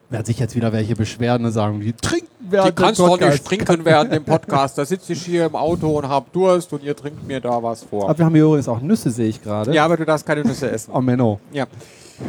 [SPEAKER 1] Werden sich jetzt wieder welche beschweren und sagen, die trinken
[SPEAKER 2] Die
[SPEAKER 1] während
[SPEAKER 2] kannst
[SPEAKER 1] dem
[SPEAKER 2] doch
[SPEAKER 1] Podcast.
[SPEAKER 2] nicht trinken während dem Podcast. Da sitze ich hier im Auto und hab Durst und ihr trinkt mir da was vor.
[SPEAKER 1] Aber wir haben hier übrigens auch Nüsse, sehe ich gerade.
[SPEAKER 2] Ja, aber du darfst keine Nüsse essen.
[SPEAKER 1] Oh, Menno.
[SPEAKER 2] Ja.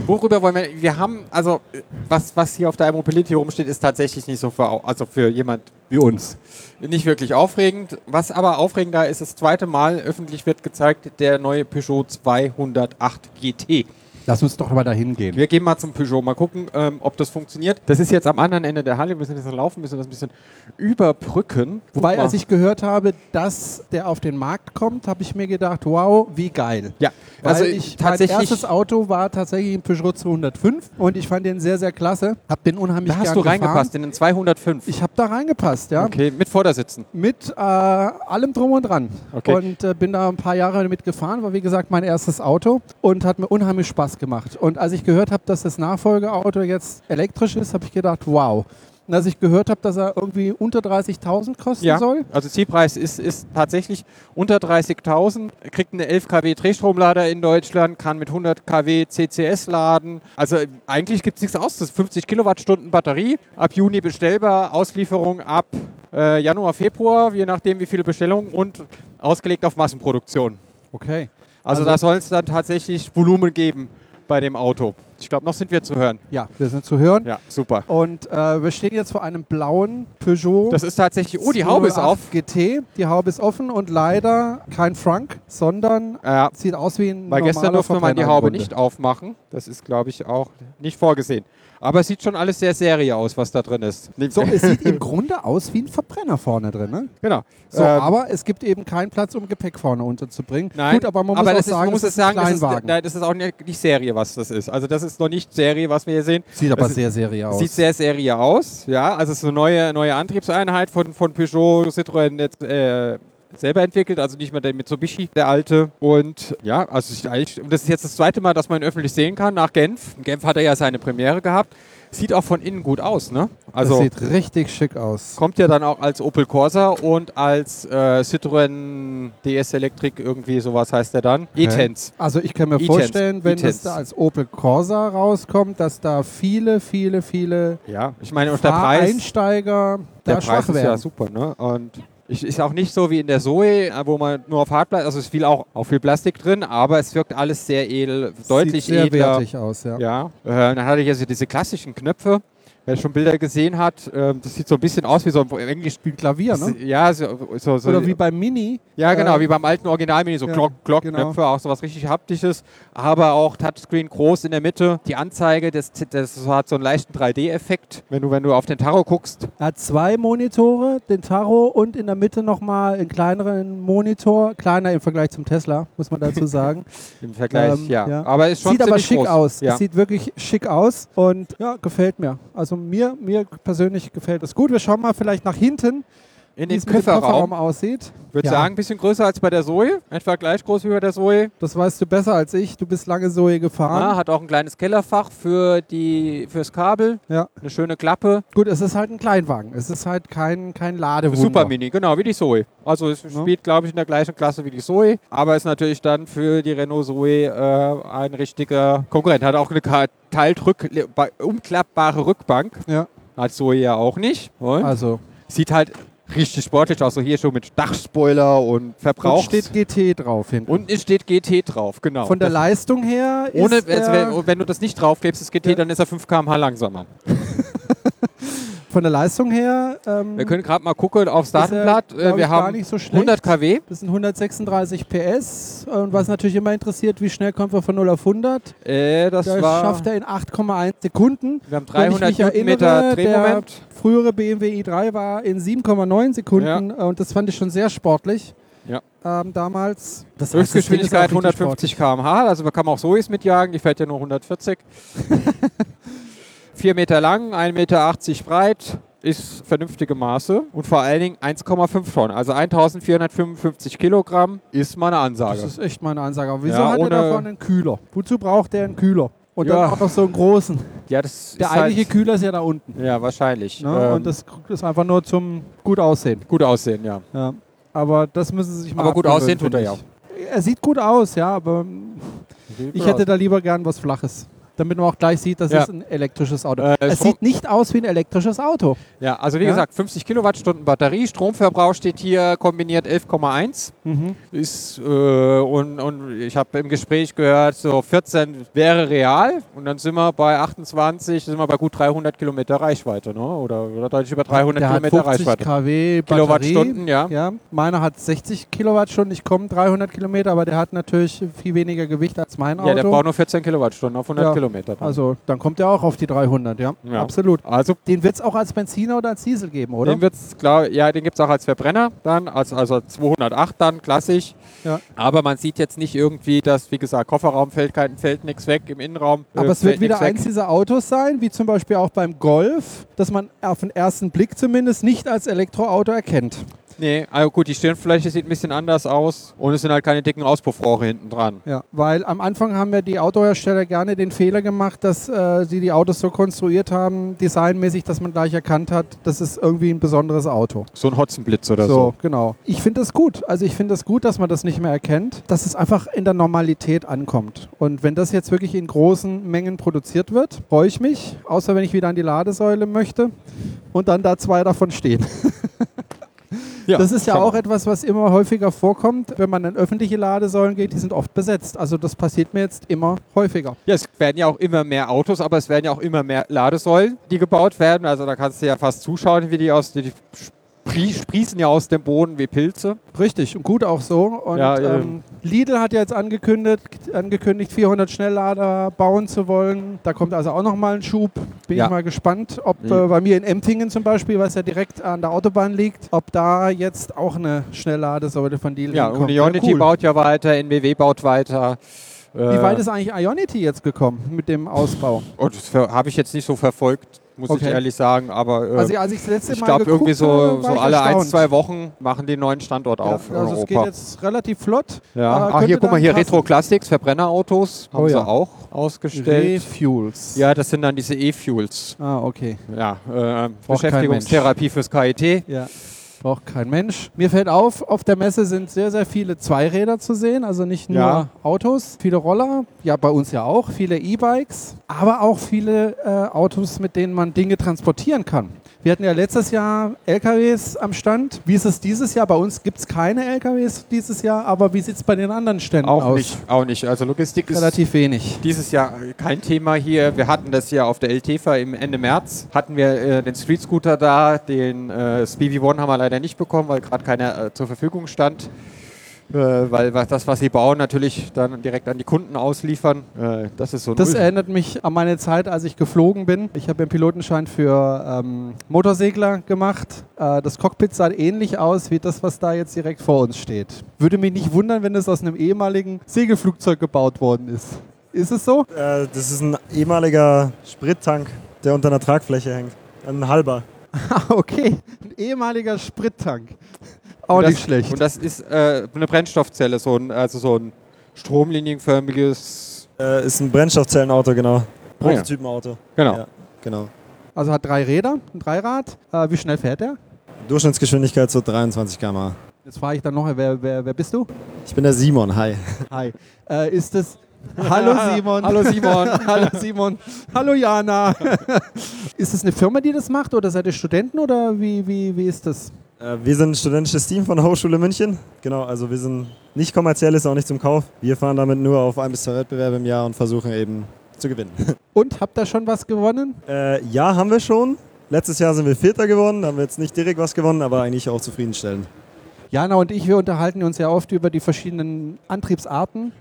[SPEAKER 2] Worüber wollen wir? Wir haben, also, äh, was, was hier auf der Immobility rumsteht, ist tatsächlich nicht so für, au- also für jemand
[SPEAKER 1] Wie uns.
[SPEAKER 2] nicht wirklich aufregend. Was aber aufregender ist, das zweite Mal öffentlich wird gezeigt der neue Peugeot 208 GT.
[SPEAKER 1] Lass uns doch mal dahin gehen.
[SPEAKER 2] Wir gehen mal zum Peugeot, mal gucken, ähm, ob das funktioniert. Das ist jetzt am anderen Ende der Halle. Wir müssen jetzt noch laufen, müssen das ein bisschen überbrücken.
[SPEAKER 1] Wobei,
[SPEAKER 2] Guck mal.
[SPEAKER 1] als ich gehört habe, dass der auf den Markt kommt, habe ich mir gedacht, wow, wie geil.
[SPEAKER 2] Ja,
[SPEAKER 1] Weil
[SPEAKER 2] also
[SPEAKER 1] ich,
[SPEAKER 2] tatsächlich.
[SPEAKER 1] mein erstes Auto war tatsächlich ein Peugeot 205 und ich fand den sehr, sehr klasse. Hab den unheimlich
[SPEAKER 2] da hast
[SPEAKER 1] gern
[SPEAKER 2] du
[SPEAKER 1] gefahren.
[SPEAKER 2] reingepasst in den 205.
[SPEAKER 1] Ich habe da reingepasst, ja.
[SPEAKER 2] okay, mit Vordersitzen.
[SPEAKER 1] Mit äh, allem Drum und Dran.
[SPEAKER 2] Okay.
[SPEAKER 1] Und äh, bin da ein paar Jahre damit gefahren, war wie gesagt mein erstes Auto und hat mir unheimlich Spaß gemacht. Und als ich gehört habe, dass das Nachfolgeauto jetzt elektrisch ist, habe ich gedacht, wow. Und als ich gehört habe, dass er irgendwie unter 30.000 kosten
[SPEAKER 2] Ja,
[SPEAKER 1] soll,
[SPEAKER 2] also Zielpreis ist, ist tatsächlich unter 30.000, kriegt eine 11 kW Drehstromlader in Deutschland, kann mit 100 kW CCS laden. Also äh, eigentlich gibt es nichts aus. Das ist 50 Kilowattstunden Batterie, ab Juni bestellbar, Auslieferung ab äh, Januar, Februar, je nachdem wie viele Bestellungen und ausgelegt auf Massenproduktion.
[SPEAKER 1] okay.
[SPEAKER 2] Also,
[SPEAKER 1] Also-
[SPEAKER 2] da soll es dann tatsächlich Volumen geben bei dem Auto. Ich glaube, noch sind wir zu hören.
[SPEAKER 1] Ja, wir sind zu hören.
[SPEAKER 2] Ja, super.
[SPEAKER 1] Und äh, wir stehen jetzt vor einem blauen Peugeot.
[SPEAKER 2] Das ist tatsächlich, oh, die Haube ist auf.
[SPEAKER 1] 208 GT, die Haube ist offen und leider kein Frank, sondern
[SPEAKER 2] Ja,
[SPEAKER 1] sieht aus wie ein
[SPEAKER 2] Weil gestern
[SPEAKER 1] normaler
[SPEAKER 2] durfte man die
[SPEAKER 1] Verbrenner im
[SPEAKER 2] Haube
[SPEAKER 1] Grunde.
[SPEAKER 2] nicht aufmachen. Das ist, glaube ich, auch nicht vorgesehen. Aber es sieht schon alles sehr serie aus, was da drin ist.
[SPEAKER 1] So,
[SPEAKER 2] [laughs]
[SPEAKER 1] es sieht im Grunde aus wie ein Verbrenner vorne drin. Ne?
[SPEAKER 2] genau.
[SPEAKER 1] So,
[SPEAKER 2] Ähm,
[SPEAKER 1] aber es gibt eben keinen Platz, um Gepäck vorne unterzubringen.
[SPEAKER 2] nein,
[SPEAKER 1] Gut, aber man muss auch
[SPEAKER 2] das ist,
[SPEAKER 1] sagen,
[SPEAKER 2] man muss
[SPEAKER 1] es
[SPEAKER 2] es sagen,
[SPEAKER 1] ein
[SPEAKER 2] das ist,
[SPEAKER 1] Kleinwagen.
[SPEAKER 2] nein, das ist auch nicht, nicht Serie, was das ist. Also das ist noch nicht Serie, was wir hier sehen.
[SPEAKER 1] sieht aber
[SPEAKER 2] das ist-
[SPEAKER 1] sehr serie aus.
[SPEAKER 2] Sieht sehr Serie aus, ja. Also es ist eine neue, neue Antriebseinheit von, von Peugeot, Citroën jetzt, äh, selber entwickelt, also nicht mehr der Mitsubishi, der alte. Und ja, also ich, eigentlich- und das ist jetzt das zweite Mal, dass man ihn öffentlich sehen kann nach Genf. In Genf hat er ja seine Premiere gehabt. Sieht auch von innen gut aus, ne? Also
[SPEAKER 1] das sieht richtig schick aus.
[SPEAKER 2] kommt ja dann auch als Opel Corsa und als äh, Citroën DS Electric irgendwie sowas heißt der dann. E-Tens.
[SPEAKER 1] Also ich kann mir
[SPEAKER 2] E-Tens.
[SPEAKER 1] vorstellen, wenn
[SPEAKER 2] E-Tens.
[SPEAKER 1] das da als Opel Corsa rauskommt, dass da viele, viele, viele
[SPEAKER 2] Ja, ich meine, und der Preis.
[SPEAKER 1] Einsteiger da
[SPEAKER 2] der Preis
[SPEAKER 1] schwach
[SPEAKER 2] ist
[SPEAKER 1] werden.
[SPEAKER 2] ja super, ne? Und ich, ist auch nicht so wie in der Zoe, äh, wo man nur auf Hartplastik, also es ist viel auch, auch viel Plastik drin, aber es wirkt alles sehr edel, deutlich
[SPEAKER 1] Sieht sehr
[SPEAKER 2] edler.
[SPEAKER 1] wertig aus, ja.
[SPEAKER 2] Ja. Äh, dann hatte ich also diese klassischen Knöpfe. Wer schon Bilder gesehen hat, ähm, das sieht so ein bisschen aus wie so ein im Englisch.
[SPEAKER 1] Wie ein Klavier, ne?
[SPEAKER 2] Ja, so, so, so
[SPEAKER 1] Oder wie bei Mini.
[SPEAKER 2] ja, genau,
[SPEAKER 1] äh,
[SPEAKER 2] wie beim alten Originalmini, so
[SPEAKER 1] ja,
[SPEAKER 2] Glock, Glock,
[SPEAKER 1] genau.
[SPEAKER 2] Knöpfe, auch sowas richtig haptisches, aber auch Touchscreen groß in der Mitte. Die Anzeige, das, das hat so einen leichten 3D-Effekt, wenn du, wenn du auf den Tarot guckst.
[SPEAKER 1] Er hat zwei Monitore, den Tarot und in der Mitte nochmal einen kleineren Monitor. Kleiner im Vergleich zum Tesla, muss man
[SPEAKER 2] [laughs]
[SPEAKER 1] dazu sagen.
[SPEAKER 2] Im Vergleich,
[SPEAKER 1] Ähm,
[SPEAKER 2] ja.
[SPEAKER 1] ja.
[SPEAKER 2] Aber ist schon
[SPEAKER 1] sieht aber
[SPEAKER 2] ziemlich
[SPEAKER 1] schick
[SPEAKER 2] groß.
[SPEAKER 1] aus.
[SPEAKER 2] Ja.
[SPEAKER 1] Es sieht wirklich schick aus und ja, gefällt mir. Also mir, mir persönlich gefällt es gut. Wir schauen mal vielleicht nach hinten,
[SPEAKER 2] In
[SPEAKER 1] wie
[SPEAKER 2] den
[SPEAKER 1] es mit dem
[SPEAKER 2] Kofferraum.
[SPEAKER 1] Kofferraum aussieht.
[SPEAKER 2] Ich würde
[SPEAKER 1] Ja.
[SPEAKER 2] sagen, ein bisschen größer als bei der Zoe. Etwa gleich groß wie bei der Zoe.
[SPEAKER 1] Das weißt du besser als ich. Du bist lange Zoe
[SPEAKER 2] Ah,
[SPEAKER 1] gefahren.
[SPEAKER 2] hat auch ein kleines Kellerfach für die, fürs Kabel.
[SPEAKER 1] Ja.
[SPEAKER 2] Eine schöne Klappe.
[SPEAKER 1] Gut, es ist halt ein Kleinwagen. Es ist halt kein, kein Ladewunder.
[SPEAKER 2] Super Mini, genau, wie die Zoe. Also es spielt, glaube ich, in der gleichen Klasse wie die Zoe. Aber ist natürlich dann für die Renault Zoe äh, ein richtiger Konkurrent. Hat auch eine geteilt rück, umklappbare Rückbank.
[SPEAKER 1] Ja,
[SPEAKER 2] Hat Zoe ja auch nicht. Und
[SPEAKER 1] also.
[SPEAKER 2] Sieht halt richtig sportlich aus. So hier schon mit Dachspoiler und Verbrauch.
[SPEAKER 1] Und steht GT drauf hinten.
[SPEAKER 2] Unten steht GT drauf, genau.
[SPEAKER 1] Von der Leistung her
[SPEAKER 2] Das- genau. ohne,
[SPEAKER 1] ist
[SPEAKER 2] also
[SPEAKER 1] er,
[SPEAKER 2] wenn, wenn du das nicht draufklebst, das GT,
[SPEAKER 1] Ja.
[SPEAKER 2] dann ist er 5 km/h langsamer.
[SPEAKER 1] von der Leistung her. ähm,
[SPEAKER 2] Wir können gerade mal gucken aufs
[SPEAKER 1] er,
[SPEAKER 2] Datenblatt. Äh,
[SPEAKER 1] glaub ich,
[SPEAKER 2] wir
[SPEAKER 1] gar
[SPEAKER 2] haben
[SPEAKER 1] nicht so schlecht.
[SPEAKER 2] 100 kW.
[SPEAKER 1] das sind 136 PS. Und was natürlich immer interessiert, wie schnell kommt man von 0 auf 100?
[SPEAKER 2] Äh, das
[SPEAKER 1] Das
[SPEAKER 2] war,
[SPEAKER 1] schafft er in 8,1 Sekunden.
[SPEAKER 2] wir haben
[SPEAKER 1] Wenn ich
[SPEAKER 2] 300
[SPEAKER 1] mich
[SPEAKER 2] Newtonmeter
[SPEAKER 1] erinnere, der
[SPEAKER 2] Drehmoment.
[SPEAKER 1] frühere BMW i3 war in 7,9 Sekunden äh, und das fand ich schon sehr sportlich.
[SPEAKER 2] Ja.
[SPEAKER 1] Ähm, damals. Das heißt, das Ding ist auch
[SPEAKER 2] Höchstgeschwindigkeit
[SPEAKER 1] richtig
[SPEAKER 2] 150 km/h, also man kann auch Zoe's mitjagen, die fährt ja
[SPEAKER 1] [laughs]
[SPEAKER 2] nur 140. 4 Meter lang, 1,80 Meter breit, ist vernünftige Maße und vor allen Dingen 1,5 Tonnen, also 1455 Kilogramm ist mal eine
[SPEAKER 1] sportlich.
[SPEAKER 2] Ansage.
[SPEAKER 1] Das ist echt meine Ansage. Aber wieso
[SPEAKER 2] Ja,
[SPEAKER 1] hat er
[SPEAKER 2] ohne-
[SPEAKER 1] davon einen Kühler? Wozu braucht der einen Kühler? Und
[SPEAKER 2] Ja.
[SPEAKER 1] dann auch noch so einen großen.
[SPEAKER 2] ja, das
[SPEAKER 1] Der
[SPEAKER 2] ist
[SPEAKER 1] eigentliche
[SPEAKER 2] halt,
[SPEAKER 1] Kühler ist ja da unten.
[SPEAKER 2] Ja, wahrscheinlich.
[SPEAKER 1] Ne?
[SPEAKER 2] Ähm,
[SPEAKER 1] und das ist einfach nur zum gut aussehen.
[SPEAKER 2] gut aussehen, ja.
[SPEAKER 1] Ja. Aber das müssen sie sich mal
[SPEAKER 2] Aber gut
[SPEAKER 1] abgewöhnen,
[SPEAKER 2] aussehen tut er ja.
[SPEAKER 1] finde ich. Er sieht gut aus, ja, aber Ich hätte da lieber gern was Flaches, damit man auch gleich sieht, das
[SPEAKER 2] Ja.
[SPEAKER 1] ist ein elektrisches Auto.
[SPEAKER 2] Äh,
[SPEAKER 1] es
[SPEAKER 2] Strom-
[SPEAKER 1] sieht nicht aus wie ein elektrisches Auto.
[SPEAKER 2] ja, also wie
[SPEAKER 1] Ja?
[SPEAKER 2] gesagt, 50 Kilowattstunden Batterie, Stromverbrauch steht hier kombiniert 11,1. ist äh, und, und ich habe im Gespräch gehört, so 14 wäre real und dann sind wir bei 28, sind wir bei gut 300 Kilometer Reichweite, ne? oder, oder deutlich über 300
[SPEAKER 1] Der hat
[SPEAKER 2] Kilometer
[SPEAKER 1] 50
[SPEAKER 2] Reichweite.
[SPEAKER 1] kW Batterie.
[SPEAKER 2] Kilowattstunden, ja.
[SPEAKER 1] Ja, meiner hat 60 Kilowattstunden, ich komme 300 Kilometer, aber der hat natürlich viel weniger Gewicht als mein
[SPEAKER 2] Ja, der
[SPEAKER 1] Auto.
[SPEAKER 2] braucht nur 14 Kilowattstunden auf 100
[SPEAKER 1] Also Ja.
[SPEAKER 2] Kilometer. dann.
[SPEAKER 1] also dann kommt er auch auf die 300, ja,
[SPEAKER 2] Ja.
[SPEAKER 1] absolut.
[SPEAKER 2] also
[SPEAKER 1] Den wird es auch als Benziner oder als Diesel geben, oder?
[SPEAKER 2] den wird's klar, ja, den gibt es auch als Verbrenner dann, als, also 208 dann, klassisch.
[SPEAKER 1] Ja.
[SPEAKER 2] Aber man sieht jetzt nicht irgendwie, dass, wie gesagt, Kofferraum fällt, kein- fällt nichts weg, im Innenraum. äh,
[SPEAKER 1] Aber es
[SPEAKER 2] fällt
[SPEAKER 1] wird wieder
[SPEAKER 2] nix weg.
[SPEAKER 1] eins dieser Autos sein, wie zum Beispiel auch beim Golf, dass man auf den ersten Blick zumindest nicht als Elektroauto erkennt.
[SPEAKER 2] Nee, also gut, die Stirnfläche sieht ein bisschen anders aus und es sind halt keine dicken Auspuffrohre hinten dran.
[SPEAKER 1] Ja, weil am Anfang haben ja die Autohersteller gerne den Fehler gemacht, dass äh, sie die Autos so konstruiert haben, designmäßig, dass man gleich erkannt hat, das ist irgendwie ein besonderes Auto.
[SPEAKER 2] So ein Hotzenblitz oder so.
[SPEAKER 1] so, genau. Ich finde das gut. Also ich finde das gut, dass man das nicht mehr erkennt, dass es einfach in der Normalität ankommt. Und wenn das jetzt wirklich in großen Mengen produziert wird, freue ich mich, außer wenn ich wieder an die Ladesäule möchte und dann da zwei davon stehen. das ist ja
[SPEAKER 2] schau mal.
[SPEAKER 1] auch etwas, was immer häufiger vorkommt, wenn man in öffentliche Ladesäulen geht, die sind oft besetzt. Also das passiert mir jetzt immer häufiger.
[SPEAKER 2] Ja, es werden ja auch immer mehr Autos, aber es werden ja auch immer mehr Ladesäulen, die gebaut werden. Also da kannst du ja fast zuschauen, wie die aus die sprie sprießen ja aus dem Boden wie Pilze.
[SPEAKER 1] Richtig und gut auch so. Und
[SPEAKER 2] Ja, ja.
[SPEAKER 1] ähm, Lidl hat ja jetzt angekündigt, angekündigt, 400 Schnelllader bauen zu wollen. Da kommt also auch nochmal ein Schub. Bin
[SPEAKER 2] Ja. Mhm.
[SPEAKER 1] ich mal gespannt, ob
[SPEAKER 2] Ja.
[SPEAKER 1] äh, bei mir in Empfingen zum Beispiel, was ja direkt an der Autobahn liegt, ob da jetzt auch eine Schnellladesäule von Lidl
[SPEAKER 2] Ja, und
[SPEAKER 1] hinkommt.
[SPEAKER 2] die
[SPEAKER 1] Wär
[SPEAKER 2] Unity
[SPEAKER 1] cool.
[SPEAKER 2] baut ja weiter, NWW baut weiter. äh,
[SPEAKER 1] Wie weit ist eigentlich Ionity jetzt gekommen mit dem Ausbau?
[SPEAKER 2] oh, das habe ich jetzt nicht so verfolgt, muss ich
[SPEAKER 1] Okay.
[SPEAKER 2] ehrlich sagen. Aber äh,
[SPEAKER 1] Also als ich das letzte
[SPEAKER 2] ich
[SPEAKER 1] Mal
[SPEAKER 2] glaube
[SPEAKER 1] geguckt
[SPEAKER 2] irgendwie so,
[SPEAKER 1] habe,
[SPEAKER 2] so
[SPEAKER 1] war ich
[SPEAKER 2] alle ein,
[SPEAKER 1] erstaunt.
[SPEAKER 2] zwei Wochen machen die einen neuen Standort
[SPEAKER 1] Ja,
[SPEAKER 2] auf in
[SPEAKER 1] also es geht
[SPEAKER 2] Europa.
[SPEAKER 1] jetzt relativ flott.
[SPEAKER 2] Ja.
[SPEAKER 1] aber
[SPEAKER 2] Ach hier,
[SPEAKER 1] könnte
[SPEAKER 2] guck mal
[SPEAKER 1] dann
[SPEAKER 2] hier,
[SPEAKER 1] passen.
[SPEAKER 2] Retro Classics, Verbrennerautos haben
[SPEAKER 1] Oh
[SPEAKER 2] sie
[SPEAKER 1] ja.
[SPEAKER 2] auch ausgestellt.
[SPEAKER 1] Refuels.
[SPEAKER 2] Ja, das sind dann diese E-Fuels.
[SPEAKER 1] Ah, okay.
[SPEAKER 2] Ja, äh,
[SPEAKER 1] Braucht kein
[SPEAKER 2] Beschäftigungstherapie fürs KIT.
[SPEAKER 1] Ja. Braucht kein Mensch. Mir fällt auf, auf der Messe sind sehr, sehr viele Zweiräder zu sehen, also nicht nur
[SPEAKER 2] Ja.
[SPEAKER 1] Autos, viele Roller, ja bei uns ja auch, viele E-Bikes, aber auch viele äh, Autos, mit denen man Dinge transportieren kann. Wir hatten ja letztes Jahr LKWs am Stand. Wie ist es dieses Jahr? Bei uns gibt es keine LKWs dieses Jahr, aber wie sieht es bei den anderen Ständen
[SPEAKER 2] Auch
[SPEAKER 1] aus?
[SPEAKER 2] nicht, auch nicht. Also Logistik ist
[SPEAKER 1] Relativ wenig.
[SPEAKER 2] dieses Jahr kein Thema hier. Wir hatten das hier auf der LTFA im Ende März. Hatten wir äh, den Street Scooter da, den äh, Speedy One haben wir leider nicht bekommen, weil gerade keiner äh, zur Verfügung stand. Äh, weil was, das, was sie bauen, natürlich dann direkt an die Kunden ausliefern. Äh, das ist so ein
[SPEAKER 1] Das
[SPEAKER 2] Ul-
[SPEAKER 1] erinnert mich an meine Zeit, als ich geflogen bin. Ich habe den Pilotenschein für ähm, Motorsegler gemacht. Äh, das Cockpit sah ähnlich aus wie das, was da jetzt direkt vor uns steht. Würde mich nicht wundern, wenn es aus einem ehemaligen Segelflugzeug gebaut worden ist. Ist es so?
[SPEAKER 3] Äh, das ist ein ehemaliger Sprittank, der unter einer Tragfläche hängt. Ein halber.
[SPEAKER 1] Ah, okay. Ein ehemaliger Sprittank. Auch
[SPEAKER 2] Und das,
[SPEAKER 1] nicht schlecht.
[SPEAKER 2] Und das ist äh, eine Brennstoffzelle, so ein, also so ein stromlinienförmiges.
[SPEAKER 3] Äh, ist ein Brennstoffzellenauto, genau.
[SPEAKER 2] Ah, ja.
[SPEAKER 3] Prototypenauto.
[SPEAKER 2] Genau.
[SPEAKER 3] Ja, genau.
[SPEAKER 1] Also hat drei Räder, ein Dreirad. Äh, wie schnell fährt er?
[SPEAKER 3] Durchschnittsgeschwindigkeit so 23 km/h.
[SPEAKER 1] Jetzt frage ich dann noch, wer, wer, wer bist du?
[SPEAKER 3] Ich bin der Simon, hi.
[SPEAKER 1] Hi. Äh, ist es. Hallo Simon.
[SPEAKER 2] Hallo Simon.
[SPEAKER 1] [laughs] Hallo Simon. Hallo Jana. [laughs] ist das eine Firma, die das macht oder seid ihr Studenten oder wie, wie, wie ist das?
[SPEAKER 3] Äh, wir sind ein studentisches Team von der Hochschule München. Genau, also wir sind nicht kommerziell, ist auch nicht zum Kauf. Wir fahren damit nur auf ein bis zwei Wettbewerbe im [laughs] Jahr und versuchen eben zu gewinnen.
[SPEAKER 1] Und habt ihr schon was gewonnen?
[SPEAKER 3] Äh, ja, haben wir schon. Letztes Jahr sind wir Vierter geworden, da haben wir jetzt nicht direkt was gewonnen, aber eigentlich auch zufriedenstellend.
[SPEAKER 1] Jana und ich, wir unterhalten uns ja oft über die verschiedenen Antriebsarten.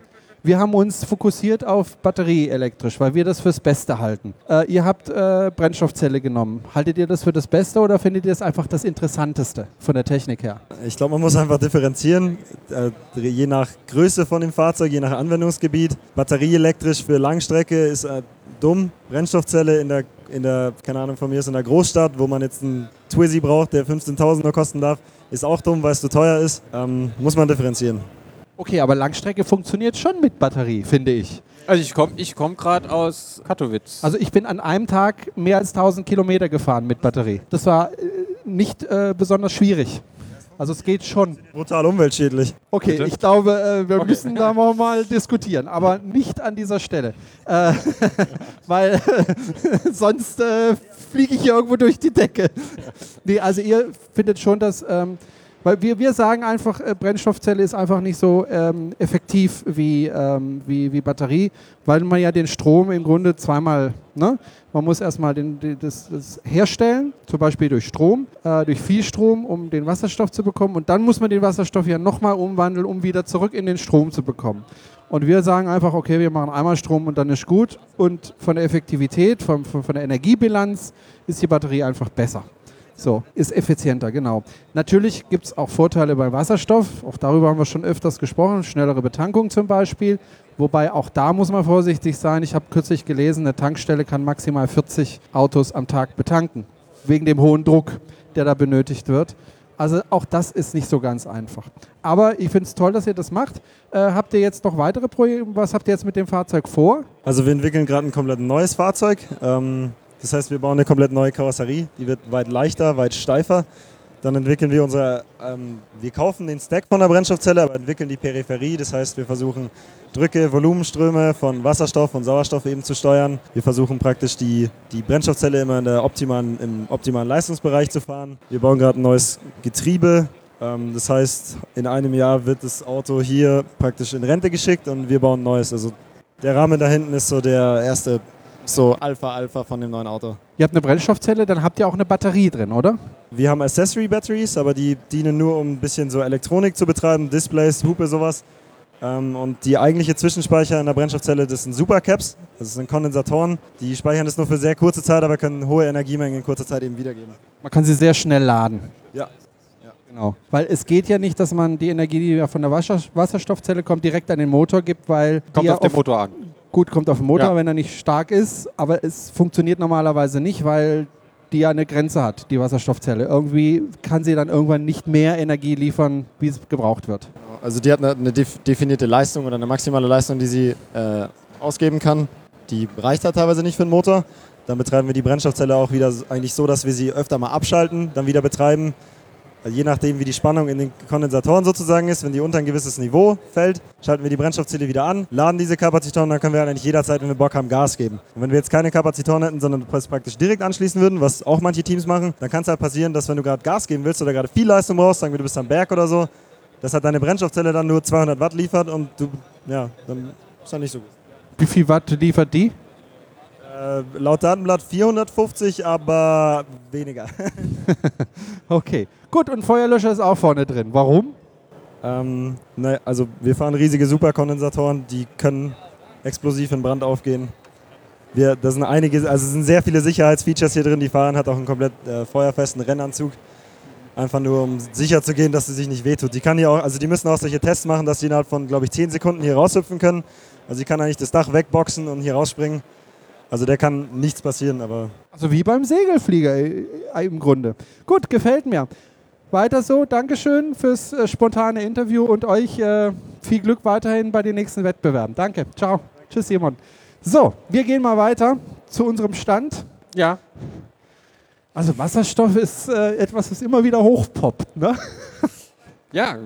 [SPEAKER 1] Wir haben uns fokussiert auf batterieelektrisch, weil wir das fürs Beste halten. Äh, ihr habt äh, Brennstoffzelle genommen. Haltet ihr das für das Beste oder findet ihr es einfach das Interessanteste von der Technik her?
[SPEAKER 3] Ich glaube, man muss einfach differenzieren, äh, je nach Größe von dem Fahrzeug, je nach Anwendungsgebiet. Batterieelektrisch für Langstrecke ist äh, dumm. Brennstoffzelle in der, in der, keine Ahnung von mir, ist in der Großstadt, wo man jetzt einen Twizy braucht, der 15.000er kosten darf, ist auch dumm, weil es zu so teuer ist. Ähm, muss man differenzieren.
[SPEAKER 1] Okay, aber Langstrecke funktioniert schon mit Batterie, finde ich.
[SPEAKER 2] Also ich komme ich komm gerade aus Katowice.
[SPEAKER 1] Also ich bin an einem Tag mehr als 1000 Kilometer gefahren mit Batterie. Das war äh, nicht äh, besonders schwierig. Also es geht schon.
[SPEAKER 3] Brutal umweltschädlich.
[SPEAKER 1] Okay,
[SPEAKER 2] Bitte?
[SPEAKER 1] ich glaube, äh, wir
[SPEAKER 2] Okay.
[SPEAKER 1] müssen da mal, mal diskutieren, aber nicht an dieser Stelle. Äh, [laughs] weil [laughs] sonst äh, fliege ich hier irgendwo durch die Decke. Nee, also ihr findet schon, dass... Ähm, weil wir, wir sagen einfach, äh, Brennstoffzelle ist einfach nicht so ähm, effektiv wie, ähm, wie, wie Batterie, weil man ja den Strom im Grunde zweimal, ne? man muss erstmal den, die, das, das herstellen, zum Beispiel durch Strom, äh, durch viel Strom, um den Wasserstoff zu bekommen und dann muss man den Wasserstoff ja nochmal umwandeln, um wieder zurück in den Strom zu bekommen. Und wir sagen einfach, okay, wir machen einmal Strom und dann ist gut. Und von der Effektivität, von, von, von der Energiebilanz ist die Batterie einfach besser. So, ist effizienter, genau. Natürlich gibt es auch Vorteile bei Wasserstoff. Auch darüber haben wir schon öfters gesprochen. Schnellere Betankung zum Beispiel. Wobei auch da muss man vorsichtig sein. Ich habe kürzlich gelesen, eine Tankstelle kann maximal 40 Autos am Tag betanken. Wegen dem hohen Druck, der da benötigt wird. Also auch das ist nicht so ganz einfach. Aber ich finde es toll, dass ihr das macht. Äh, habt ihr jetzt noch weitere Projekte? Was habt ihr jetzt mit dem Fahrzeug vor?
[SPEAKER 3] Also wir entwickeln gerade ein komplett neues Fahrzeug. Ähm, das heißt, wir bauen eine komplett neue Karosserie. Die wird weit leichter, weit steifer. Dann entwickeln wir unser, ähm, wir kaufen den Stack von der Brennstoffzelle, aber entwickeln die Peripherie. Das heißt, wir versuchen Drücke, Volumenströme von Wasserstoff und Sauerstoff eben zu steuern. Wir versuchen praktisch die, die Brennstoffzelle immer in der optimalen, im optimalen Leistungsbereich zu fahren. Wir bauen gerade ein neues Getriebe. Ähm, das heißt, in einem Jahr wird das Auto hier praktisch in Rente geschickt und wir bauen ein neues. Also der Rahmen da hinten ist so der erste, so Alpha-Alpha von dem neuen Auto.
[SPEAKER 1] Ihr habt eine Brennstoffzelle, dann habt ihr auch eine Batterie drin, oder?
[SPEAKER 3] Wir haben Accessory Batteries, aber die dienen nur, um ein bisschen so Elektronik zu betreiben, Displays, Hupe, sowas. Ähm, und die eigentliche Zwischenspeicher in der Brennstoffzelle, das sind Supercaps, das sind Kondensatoren. Die speichern das nur für sehr kurze Zeit, aber können hohe Energiemengen in kurzer Zeit eben wiedergeben.
[SPEAKER 1] Man kann sie sehr schnell laden.
[SPEAKER 3] Ja.
[SPEAKER 1] Genau. Weil es geht ja nicht, dass man die Energie, die ja von der Wasser Wasserstoffzelle kommt, direkt an den Motor gibt, weil die
[SPEAKER 2] Kommt
[SPEAKER 1] ja
[SPEAKER 2] auf den
[SPEAKER 1] oft-
[SPEAKER 2] Motor an.
[SPEAKER 1] gut kommt auf den Motor,
[SPEAKER 2] Ja.
[SPEAKER 1] wenn er nicht stark ist, aber es funktioniert normalerweise nicht, weil die ja eine Grenze hat, die Wasserstoffzelle. Irgendwie kann sie dann irgendwann nicht mehr Energie liefern, wie es gebraucht wird.
[SPEAKER 4] Also die hat eine, eine def- definierte Leistung oder eine maximale Leistung, die sie äh, ausgeben kann.
[SPEAKER 3] Die reicht da teilweise nicht für den Motor. Dann betreiben wir die Brennstoffzelle auch wieder s- eigentlich so, dass wir sie öfter mal abschalten, dann wieder betreiben. Also je nachdem, wie die Spannung in den Kondensatoren sozusagen ist, wenn die unter ein gewisses Niveau fällt, schalten wir die Brennstoffzelle wieder an, laden diese Kapazitoren, dann können wir eigentlich jederzeit, wenn wir Bock haben, Gas geben. Und wenn wir jetzt keine Kapazitoren hätten, sondern das praktisch direkt anschließen würden, was auch manche Teams machen, dann kann es halt passieren, dass wenn du gerade Gas geben willst oder gerade viel Leistung brauchst, sagen wir, du bist am Berg oder so, dass halt deine Brennstoffzelle dann nur 200 Watt liefert und du, ja, dann ist dann nicht so gut.
[SPEAKER 1] Wie viel Watt liefert die?
[SPEAKER 3] Äh, laut Datenblatt 450, aber weniger.
[SPEAKER 1] Okay. Gut, und Feuerlöscher ist auch vorne drin. Warum?
[SPEAKER 3] ähm, naja, also wir fahren riesige Superkondensatoren, die können explosiv in Brand aufgehen. Wir, da sind einige, also es sind sehr viele Sicherheitsfeatures hier drin. Die Fahrerin hat auch einen komplett äh, feuerfesten Rennanzug. Einfach nur, um sicher zu gehen, dass sie sich nicht wehtut. Die kann hier auch, also die müssen auch solche Tests machen, dass sie innerhalb von, glaube ich, 10 Sekunden hier raushüpfen können. Also sie kann eigentlich das Dach wegboxen und hier rausspringen. Also der kann nichts passieren, aber
[SPEAKER 1] Also wie beim Segelflieger äh, im Grunde. Gut, gefällt mir. Weiter so, Dankeschön fürs äh, spontane Interview und euch äh, viel Glück weiterhin bei den nächsten Wettbewerben. Danke, ciao. Tschüss, Simon. So, wir gehen mal weiter zu unserem Stand.
[SPEAKER 2] Ja.
[SPEAKER 1] Also Wasserstoff ist äh, etwas, was immer wieder hochpoppt. Ne?
[SPEAKER 2] Ja.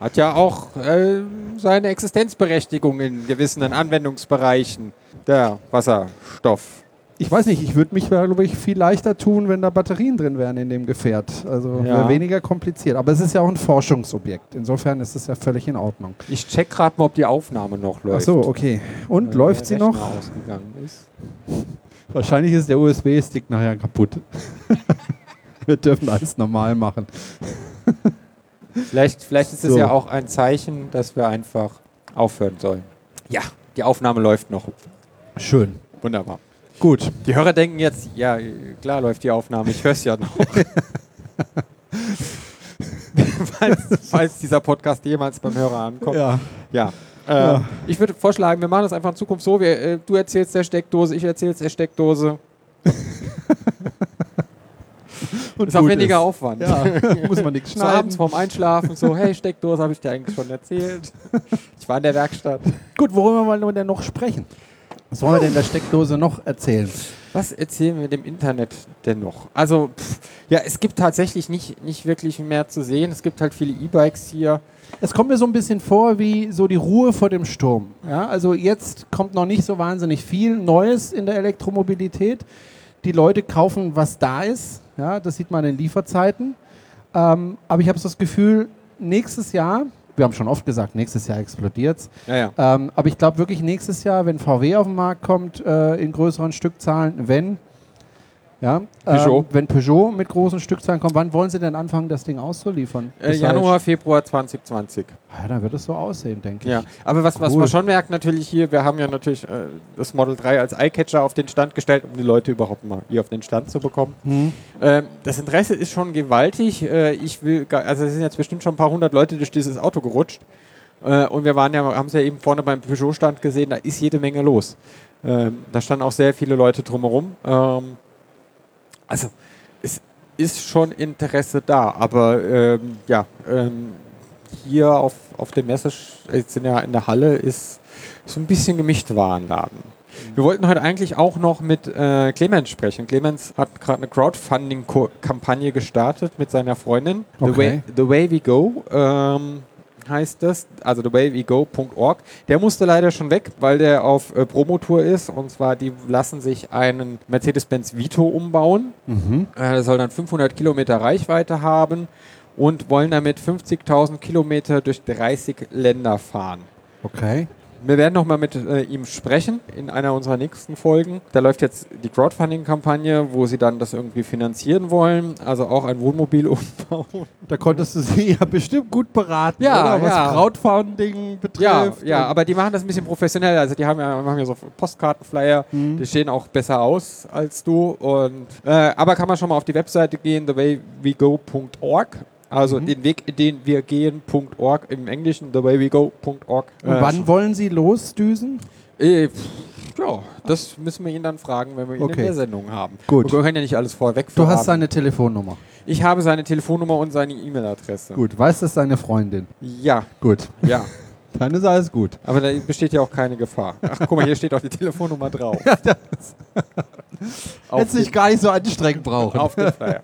[SPEAKER 2] Hat ja auch äh, seine Existenzberechtigung in gewissen Anwendungsbereichen. Der Wasserstoff.
[SPEAKER 1] Ich weiß nicht, ich würde mich, glaube ich, viel leichter tun, wenn da Batterien drin wären in dem Gefährt. Also
[SPEAKER 2] Ja.
[SPEAKER 1] wäre weniger kompliziert. Aber es ist ja auch ein Forschungsobjekt. Insofern ist es ja völlig in Ordnung.
[SPEAKER 2] Ich check gerade mal, ob die Aufnahme noch
[SPEAKER 1] Ach
[SPEAKER 2] läuft.
[SPEAKER 1] so, okay. Und
[SPEAKER 2] Weil
[SPEAKER 1] läuft
[SPEAKER 2] der
[SPEAKER 1] sie
[SPEAKER 2] Rechner
[SPEAKER 1] noch?
[SPEAKER 2] Ausgegangen ist.
[SPEAKER 1] Wahrscheinlich ist der USB-Stick nachher kaputt. [laughs] Wir dürfen alles normal machen.
[SPEAKER 2] Vielleicht, vielleicht ist es
[SPEAKER 1] So.
[SPEAKER 2] ja auch ein Zeichen, dass wir einfach aufhören sollen. Ja, die Aufnahme läuft noch.
[SPEAKER 1] Schön.
[SPEAKER 2] Wunderbar.
[SPEAKER 1] Gut.
[SPEAKER 2] Die Hörer denken jetzt, ja, klar läuft die Aufnahme, ich höre es ja [laughs] noch. falls, falls dieser Podcast jemals beim Hörer ankommt.
[SPEAKER 1] Ja.
[SPEAKER 2] Ja. Äh,
[SPEAKER 1] Ja.
[SPEAKER 2] Ich würde vorschlagen, wir machen das einfach in Zukunft so. Wir, äh, du erzählst der Steckdose, ich erzähl's der Steckdose.
[SPEAKER 1] Und
[SPEAKER 2] Ist auch
[SPEAKER 1] gut
[SPEAKER 2] weniger Aufwand.
[SPEAKER 1] Ja, [laughs] muss man nichts
[SPEAKER 2] So abends
[SPEAKER 1] schneiden.
[SPEAKER 2] vorm Einschlafen, so, hey, Steckdose habe ich dir eigentlich schon erzählt. Ich war in der Werkstatt.
[SPEAKER 1] Gut, worüber wollen wir denn noch sprechen? Was wollen wir denn in der Steckdose noch erzählen?
[SPEAKER 2] Was erzählen wir dem Internet denn noch? Also, pff, ja, es gibt tatsächlich nicht, nicht wirklich mehr zu sehen. Es gibt halt viele E-Bikes hier.
[SPEAKER 1] Es kommt mir so ein bisschen vor wie so die Ruhe vor dem Sturm. Ja, also jetzt kommt noch nicht so wahnsinnig viel Neues in der Elektromobilität. Die Leute kaufen, was da ist. Ja, das sieht man in Lieferzeiten. Ähm, aber ich habe so das Gefühl, nächstes Jahr, wir haben schon oft gesagt, nächstes Jahr explodiert es.
[SPEAKER 2] Ja, ja.
[SPEAKER 1] Ähm, aber ich glaube wirklich nächstes Jahr, wenn VW auf den Markt kommt, äh, in größeren Stückzahlen, wenn, ja, ähm,
[SPEAKER 2] Peugeot.
[SPEAKER 1] wenn Peugeot mit großen Stückzahlen kommt, wann wollen sie denn anfangen, das Ding auszuliefern?
[SPEAKER 2] Äh, Januar, Februar 2020.
[SPEAKER 1] Ja, Ah, dann wird es so aussehen, denke ich.
[SPEAKER 2] Ja, aber was, was
[SPEAKER 1] Cool.
[SPEAKER 2] man schon merkt natürlich hier, wir haben ja natürlich äh, das Model 3 als Eyecatcher auf den Stand gestellt, um die Leute überhaupt mal hier auf den Stand zu bekommen.
[SPEAKER 1] Hm.
[SPEAKER 2] Ähm, das Interesse ist schon gewaltig. Äh, ich will, gar, also es sind jetzt bestimmt schon ein paar hundert Leute durch dieses Auto gerutscht. Äh, und wir waren ja, haben es ja eben vorne beim Peugeot-Stand gesehen, da ist jede Menge los. Ähm, da standen auch sehr viele Leute drumherum. Ähm, also es ist schon Interesse da, aber ähm, ja, ähm, hier auf, auf dem Messe, äh, jetzt in der, in der Halle, ist so ein bisschen gemischt Warenladen. Wir wollten heute eigentlich auch noch mit äh, Clemens sprechen. Clemens hat gerade eine Crowdfunding-Kampagne gestartet mit seiner Freundin. The,
[SPEAKER 1] Okay.
[SPEAKER 2] way, the Way We Go ähm, heißt das, also thewaywego.org. Der musste leider schon weg, weil der auf äh, Promotour ist. Und zwar, die lassen sich einen Mercedes-Benz Vito umbauen. Äh, Das soll dann 500 Kilometer Reichweite haben und wollen damit 50.000 Kilometer durch 30 Länder fahren.
[SPEAKER 1] Okay.
[SPEAKER 2] Wir werden nochmal mit äh, ihm sprechen in einer unserer nächsten Folgen. Da läuft jetzt die Crowdfunding-Kampagne, wo sie dann das irgendwie finanzieren wollen. Also auch ein Wohnmobil [laughs] umbauen.
[SPEAKER 1] Da konntest du sie [laughs] ja bestimmt gut beraten,
[SPEAKER 2] Ja,
[SPEAKER 1] oder? was
[SPEAKER 2] ja.
[SPEAKER 1] Crowdfunding
[SPEAKER 2] Ja,
[SPEAKER 1] betrifft.
[SPEAKER 2] ja,
[SPEAKER 1] Und-
[SPEAKER 2] aber die machen das ein bisschen professioneller. Also die haben ja, machen ja so Postkartenflyer,
[SPEAKER 1] Mhm.
[SPEAKER 2] die stehen auch besser aus als du. Und, äh, aber kann man schon mal auf die Webseite gehen, thewaywego.org. Also
[SPEAKER 1] Mhm.
[SPEAKER 2] den Weg, den wir gehen.org im Englischen, thewaywego.org.
[SPEAKER 1] Und wann wollen sie losdüsen?
[SPEAKER 2] Ähm, Äh, pff, ja, das müssen wir ihn dann fragen, wenn wir ihn
[SPEAKER 1] Okay.
[SPEAKER 2] in der Sendung haben.
[SPEAKER 1] Gut.
[SPEAKER 2] Wir können ja nicht alles vorweg
[SPEAKER 1] Du hast
[SPEAKER 2] verraten.
[SPEAKER 1] seine Telefonnummer.
[SPEAKER 2] Ich habe seine Telefonnummer und seine E-Mail-Adresse.
[SPEAKER 1] Gut, weiß das seine Freundin?
[SPEAKER 2] Ja,
[SPEAKER 1] Gut. [laughs]
[SPEAKER 2] ja.
[SPEAKER 1] Dann ist alles gut.
[SPEAKER 2] Aber da besteht ja auch keine Gefahr. Ach, guck mal, hier steht auch die Telefonnummer drauf.
[SPEAKER 1] [laughs]
[SPEAKER 2] auf,
[SPEAKER 1] Hättest dich gar nicht so anstrengend brauchen.
[SPEAKER 2] den, auf den Flyer.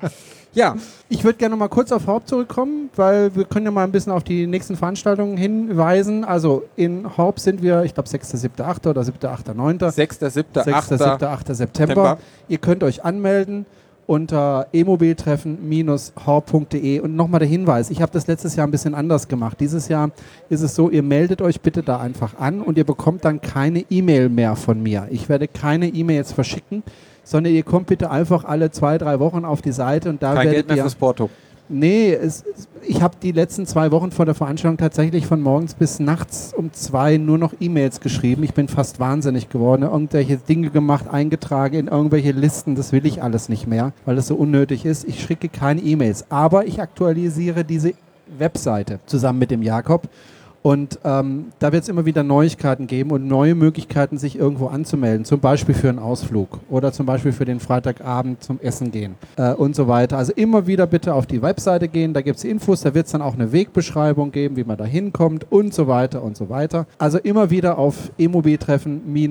[SPEAKER 2] Ja,
[SPEAKER 1] Ich würde gerne noch mal kurz auf Horb zurückkommen, weil wir können ja mal ein bisschen auf die nächsten Veranstaltungen hinweisen. Also in Horb sind wir, ich glaube, 6., 7., 8. oder 7., 8., 9.
[SPEAKER 2] 6., 7.,
[SPEAKER 1] 6., 7.,
[SPEAKER 2] 8.
[SPEAKER 1] 8. September.
[SPEAKER 2] September.
[SPEAKER 1] Ihr könnt euch anmelden unter emobiltreffen-horb.de e. und nochmal der Hinweis, ich habe das letztes Jahr ein bisschen anders gemacht. Dieses Jahr ist es so, ihr meldet euch bitte da einfach an und ihr bekommt dann keine E-Mail mehr von mir. Ich werde keine E-Mail jetzt verschicken, sondern ihr kommt bitte einfach alle zwei, drei Wochen auf die Seite und da
[SPEAKER 2] Kein
[SPEAKER 1] werdet
[SPEAKER 2] Geld mehr
[SPEAKER 1] ihr...
[SPEAKER 2] fürs Porto.
[SPEAKER 1] Nee, es, es- ich habe die letzten zwei Wochen vor der Veranstaltung tatsächlich von morgens bis nachts um zwei nur noch E-Mails geschrieben. Ich bin fast wahnsinnig geworden, irgendwelche Dinge gemacht, eingetragen in irgendwelche Listen. Das will ich alles nicht mehr, weil das so unnötig ist. Ich schicke keine E-Mails, aber ich aktualisiere diese Webseite zusammen mit dem Jakob. Und ähm, da wird es immer wieder Neuigkeiten geben und neue Möglichkeiten, sich irgendwo anzumelden. Zum Beispiel für einen Ausflug oder zum Beispiel für den Freitagabend zum Essen gehen äh, und so weiter. Also immer wieder bitte auf die Webseite gehen. Da gibt es Infos. Da wird es dann auch eine Wegbeschreibung geben, wie man da hinkommt und so weiter und so weiter. Also immer wieder auf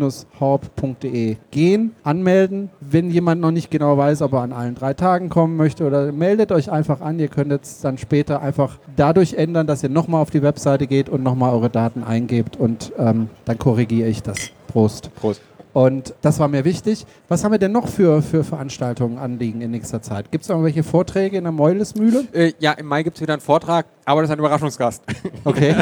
[SPEAKER 1] emobiltreffen-horb.de gehen, anmelden. Wenn jemand noch nicht genau weiß, ob er an allen drei Tagen kommen möchte oder meldet euch einfach an. Ihr könnt jetzt dann später einfach dadurch ändern, dass ihr nochmal auf die Webseite geht und nochmal eure Daten eingebt und ähm, dann korrigiere ich das. Prost.
[SPEAKER 2] Prost.
[SPEAKER 1] Und das war mir wichtig. Was haben wir denn noch für, für Veranstaltungen anliegen in nächster Zeit? Gibt es irgendwelche Vorträge in der Meulesmühle?
[SPEAKER 2] Äh, ja, im Mai gibt es wieder einen Vortrag, aber das ist ein Überraschungsgast.
[SPEAKER 1] Okay.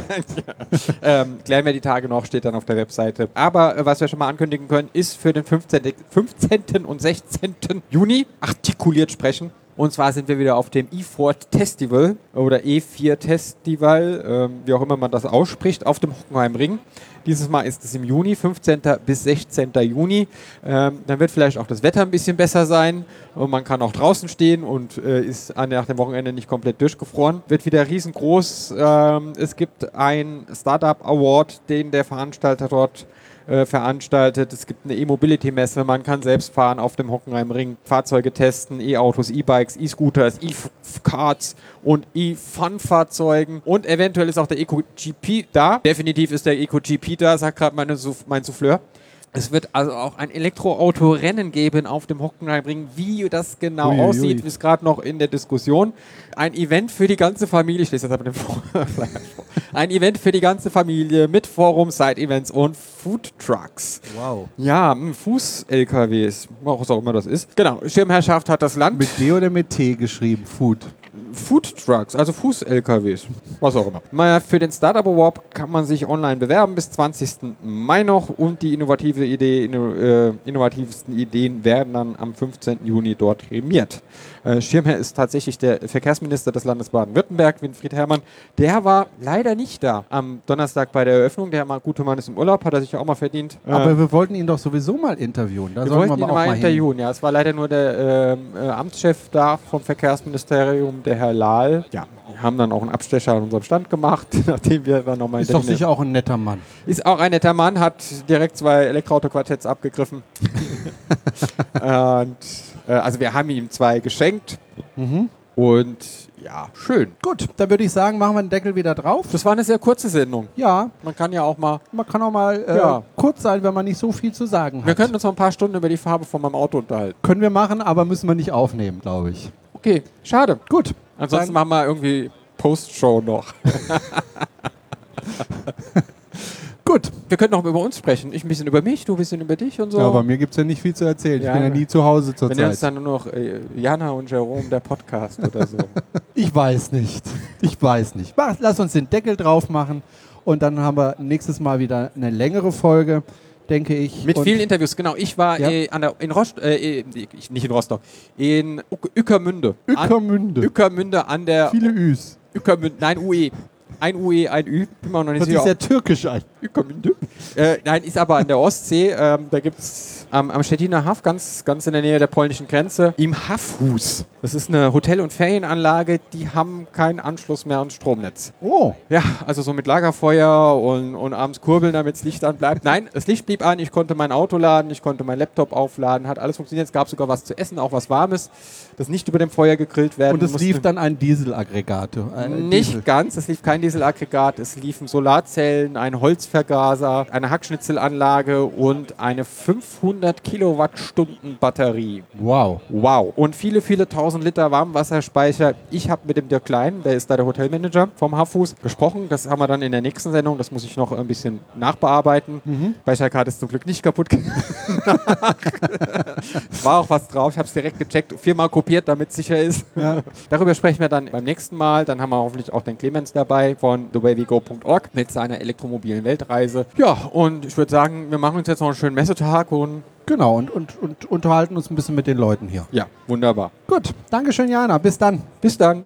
[SPEAKER 2] [laughs] ähm, klären wir die Tage noch, steht dann auf der Webseite. Aber äh, was wir schon mal ankündigen können, ist für den 15. 15. und 16. Juni artikuliert sprechen. Und zwar sind wir wieder auf dem E4 Festival oder E4 Festival, ähm, wie auch immer man das ausspricht, auf dem Hockenheimring. Dieses Mal ist es im Juni, 15. bis 16. Juni. Ähm, dann wird vielleicht auch das Wetter ein bisschen besser sein und man kann auch draußen stehen und äh, ist an- nach dem Wochenende nicht komplett durchgefroren. Wird wieder riesengroß. Ähm, es gibt einen Startup Award, den der Veranstalter dort äh, veranstaltet. Es gibt eine E-Mobility-Messe, man kann selbst fahren auf dem Hockenheimring, Fahrzeuge testen, E-Autos, E-Bikes, E-Scooters, E-Cards und E-Fun-Fahrzeugen. Und eventuell ist auch der E Eco-GP da. Definitiv ist der E Eco-GP da, sagt gerade meine Souff- mein Souffleur. Es wird also auch ein Elektroauto-Rennen geben auf dem Hockenheimring. Wie das genau
[SPEAKER 1] Uiuiui.
[SPEAKER 2] aussieht, ist gerade noch in der Diskussion. Ein Event für die ganze Familie, ich lese das aber dem Flyer vor. [laughs] Ein Event für die ganze Familie mit Forum, Side-Events und Food-Trucks.
[SPEAKER 1] Wow.
[SPEAKER 2] Ja, hm, Fuß-LKWs, was auch immer das ist. Genau, Schirmherrschaft hat das Land.
[SPEAKER 1] Mit D oder mit T geschrieben? Food.
[SPEAKER 2] Food-Trucks, also Fuß-LKWs, was auch immer. Naja, für den Startup Award kann man sich online bewerben bis 20. Mai noch und die innovative Idee, inno, äh, innovativsten Ideen werden dann am 15. Juni dort prämiert. Äh, Schirmherr ist tatsächlich der Verkehrsminister des Landes Baden-Württemberg, Winfried Herrmann. Der war leider nicht da am Donnerstag bei der Eröffnung. Der ma- gute Mann ist im Urlaub, hat er sich auch mal verdient.
[SPEAKER 1] [laughs]
[SPEAKER 2] Äh,
[SPEAKER 1] Aber wir wollten ihn doch sowieso mal interviewen. Da
[SPEAKER 2] wir
[SPEAKER 1] sollten
[SPEAKER 2] wollten
[SPEAKER 1] wir aber
[SPEAKER 2] ihn
[SPEAKER 1] auch
[SPEAKER 2] mal
[SPEAKER 1] mal hin.
[SPEAKER 2] interviewen, ja. Es war leider nur der ähm, äh, Amtschef da vom Verkehrsministerium, der Herr Lahl. Ja, wir haben dann auch einen Abstecher an unserem Stand gemacht, [laughs] nachdem wir dann nochmal
[SPEAKER 1] Ist doch sicher auch ein netter Mann.
[SPEAKER 2] Ist auch ein netter Mann, hat direkt zwei
[SPEAKER 1] [laughs]
[SPEAKER 2] Elektroauto-Quartetts abgegriffen. Und, äh, also wir haben ihm zwei geschenkt.
[SPEAKER 1] Mhm.
[SPEAKER 2] Und ja, schön.
[SPEAKER 1] Gut, dann würde ich sagen, machen wir den Deckel wieder drauf.
[SPEAKER 2] Das war eine sehr kurze Sendung.
[SPEAKER 1] ja,
[SPEAKER 2] Man kann ja auch mal...
[SPEAKER 1] man kann auch mal äh,
[SPEAKER 2] Ja.
[SPEAKER 1] kurz sein, wenn man nicht so viel zu sagen hat.
[SPEAKER 2] Wir könnten uns noch ein paar Stunden über die Farbe von meinem Auto unterhalten.
[SPEAKER 1] Können wir machen, aber müssen wir nicht aufnehmen, glaube ich.
[SPEAKER 2] Okay, schade.
[SPEAKER 1] Gut.
[SPEAKER 2] Ansonsten
[SPEAKER 1] Dann-
[SPEAKER 2] machen wir irgendwie Postshow noch.
[SPEAKER 1] [laughs] Gut.
[SPEAKER 2] Wir können noch über uns sprechen. Ich ein bisschen über mich, du ein bisschen über dich und so.
[SPEAKER 5] Ja, bei mir gibt es ja nicht viel zu erzählen.
[SPEAKER 2] Ja,
[SPEAKER 5] ich bin ja
[SPEAKER 2] ja.
[SPEAKER 5] nie zu Hause
[SPEAKER 2] wir nennen
[SPEAKER 5] zurzeit.
[SPEAKER 2] uns dann nur noch äh, Jana und Jerome, der Podcast oder
[SPEAKER 1] [laughs]
[SPEAKER 2] so.
[SPEAKER 1] Ich weiß nicht. Ich weiß nicht. Mach- Lass uns den Deckel drauf machen und dann haben wir nächstes Mal wieder eine längere Folge, denke ich.
[SPEAKER 2] Mit
[SPEAKER 1] und
[SPEAKER 2] vielen Interviews, genau. Ich war
[SPEAKER 1] Ja.
[SPEAKER 2] äh, an der, in Rostock, äh, äh, ich- nicht in Rostock, in Uck- Ückermünde. An,
[SPEAKER 5] Ückermünde.
[SPEAKER 2] Ückermünde an der
[SPEAKER 5] Viele Üs.
[SPEAKER 2] Ückermünde, nein, UE. Ein UE, ein Ü, bin mir auch noch nicht
[SPEAKER 5] Das ist
[SPEAKER 2] sicher.
[SPEAKER 5] ja türkisch ein.
[SPEAKER 2] Ückermünde. Äh, nein, ist aber an der Ostsee. Ähm, da gibt es am, am Stettiner Haff, ganz, ganz in der Nähe der polnischen Grenze, im Haffhus. Das ist eine Hotel- und Ferienanlage, die haben keinen Anschluss mehr ans Stromnetz.
[SPEAKER 1] Oh,
[SPEAKER 2] Ja, also so mit Lagerfeuer und, und abends kurbeln, damit das Licht an bleibt. Nein, das Licht blieb an, ich konnte mein Auto laden, ich konnte meinen Laptop aufladen, hat alles funktioniert. Es gab sogar was zu essen, auch was Warmes, das nicht über dem Feuer gegrillt werden
[SPEAKER 1] und es
[SPEAKER 2] musste.
[SPEAKER 1] lief dann ein Dieselaggregat. äh,
[SPEAKER 2] Nicht
[SPEAKER 1] Diesel.
[SPEAKER 2] ganz, es lief kein Dieselaggregat, es liefen Solarzellen, ein Holzvergaser, eine Hackschnitzelanlage und eine 500 Kilowattstunden Batterie.
[SPEAKER 1] Wow.
[SPEAKER 2] Wow. Und viele, viele tausend Liter Warmwasserspeicher. Ich habe mit dem Dirk Klein, der ist da der Hotelmanager vom Hafus, gesprochen. Das haben wir dann in der nächsten Sendung. Das muss ich noch ein bisschen nachbearbeiten. Speicherkarte ist zum Glück nicht kaputt [laughs] gegangen. War auch was drauf. Ich habe es direkt gecheckt, viermal kopiert, damit sicher ist. Darüber sprechen wir dann beim nächsten Mal. Dann haben wir hoffentlich auch den Clemens dabei von thewaywego.org mit seiner elektromobilen Weltreise. Ja, und ich würde sagen, wir machen uns jetzt noch einen schönen Messetag und
[SPEAKER 1] Genau, und, und, und unterhalten uns ein bisschen mit den Leuten hier.
[SPEAKER 2] ja, wunderbar.
[SPEAKER 1] Gut, Dankeschön, Jana. Bis dann.
[SPEAKER 2] Bis dann.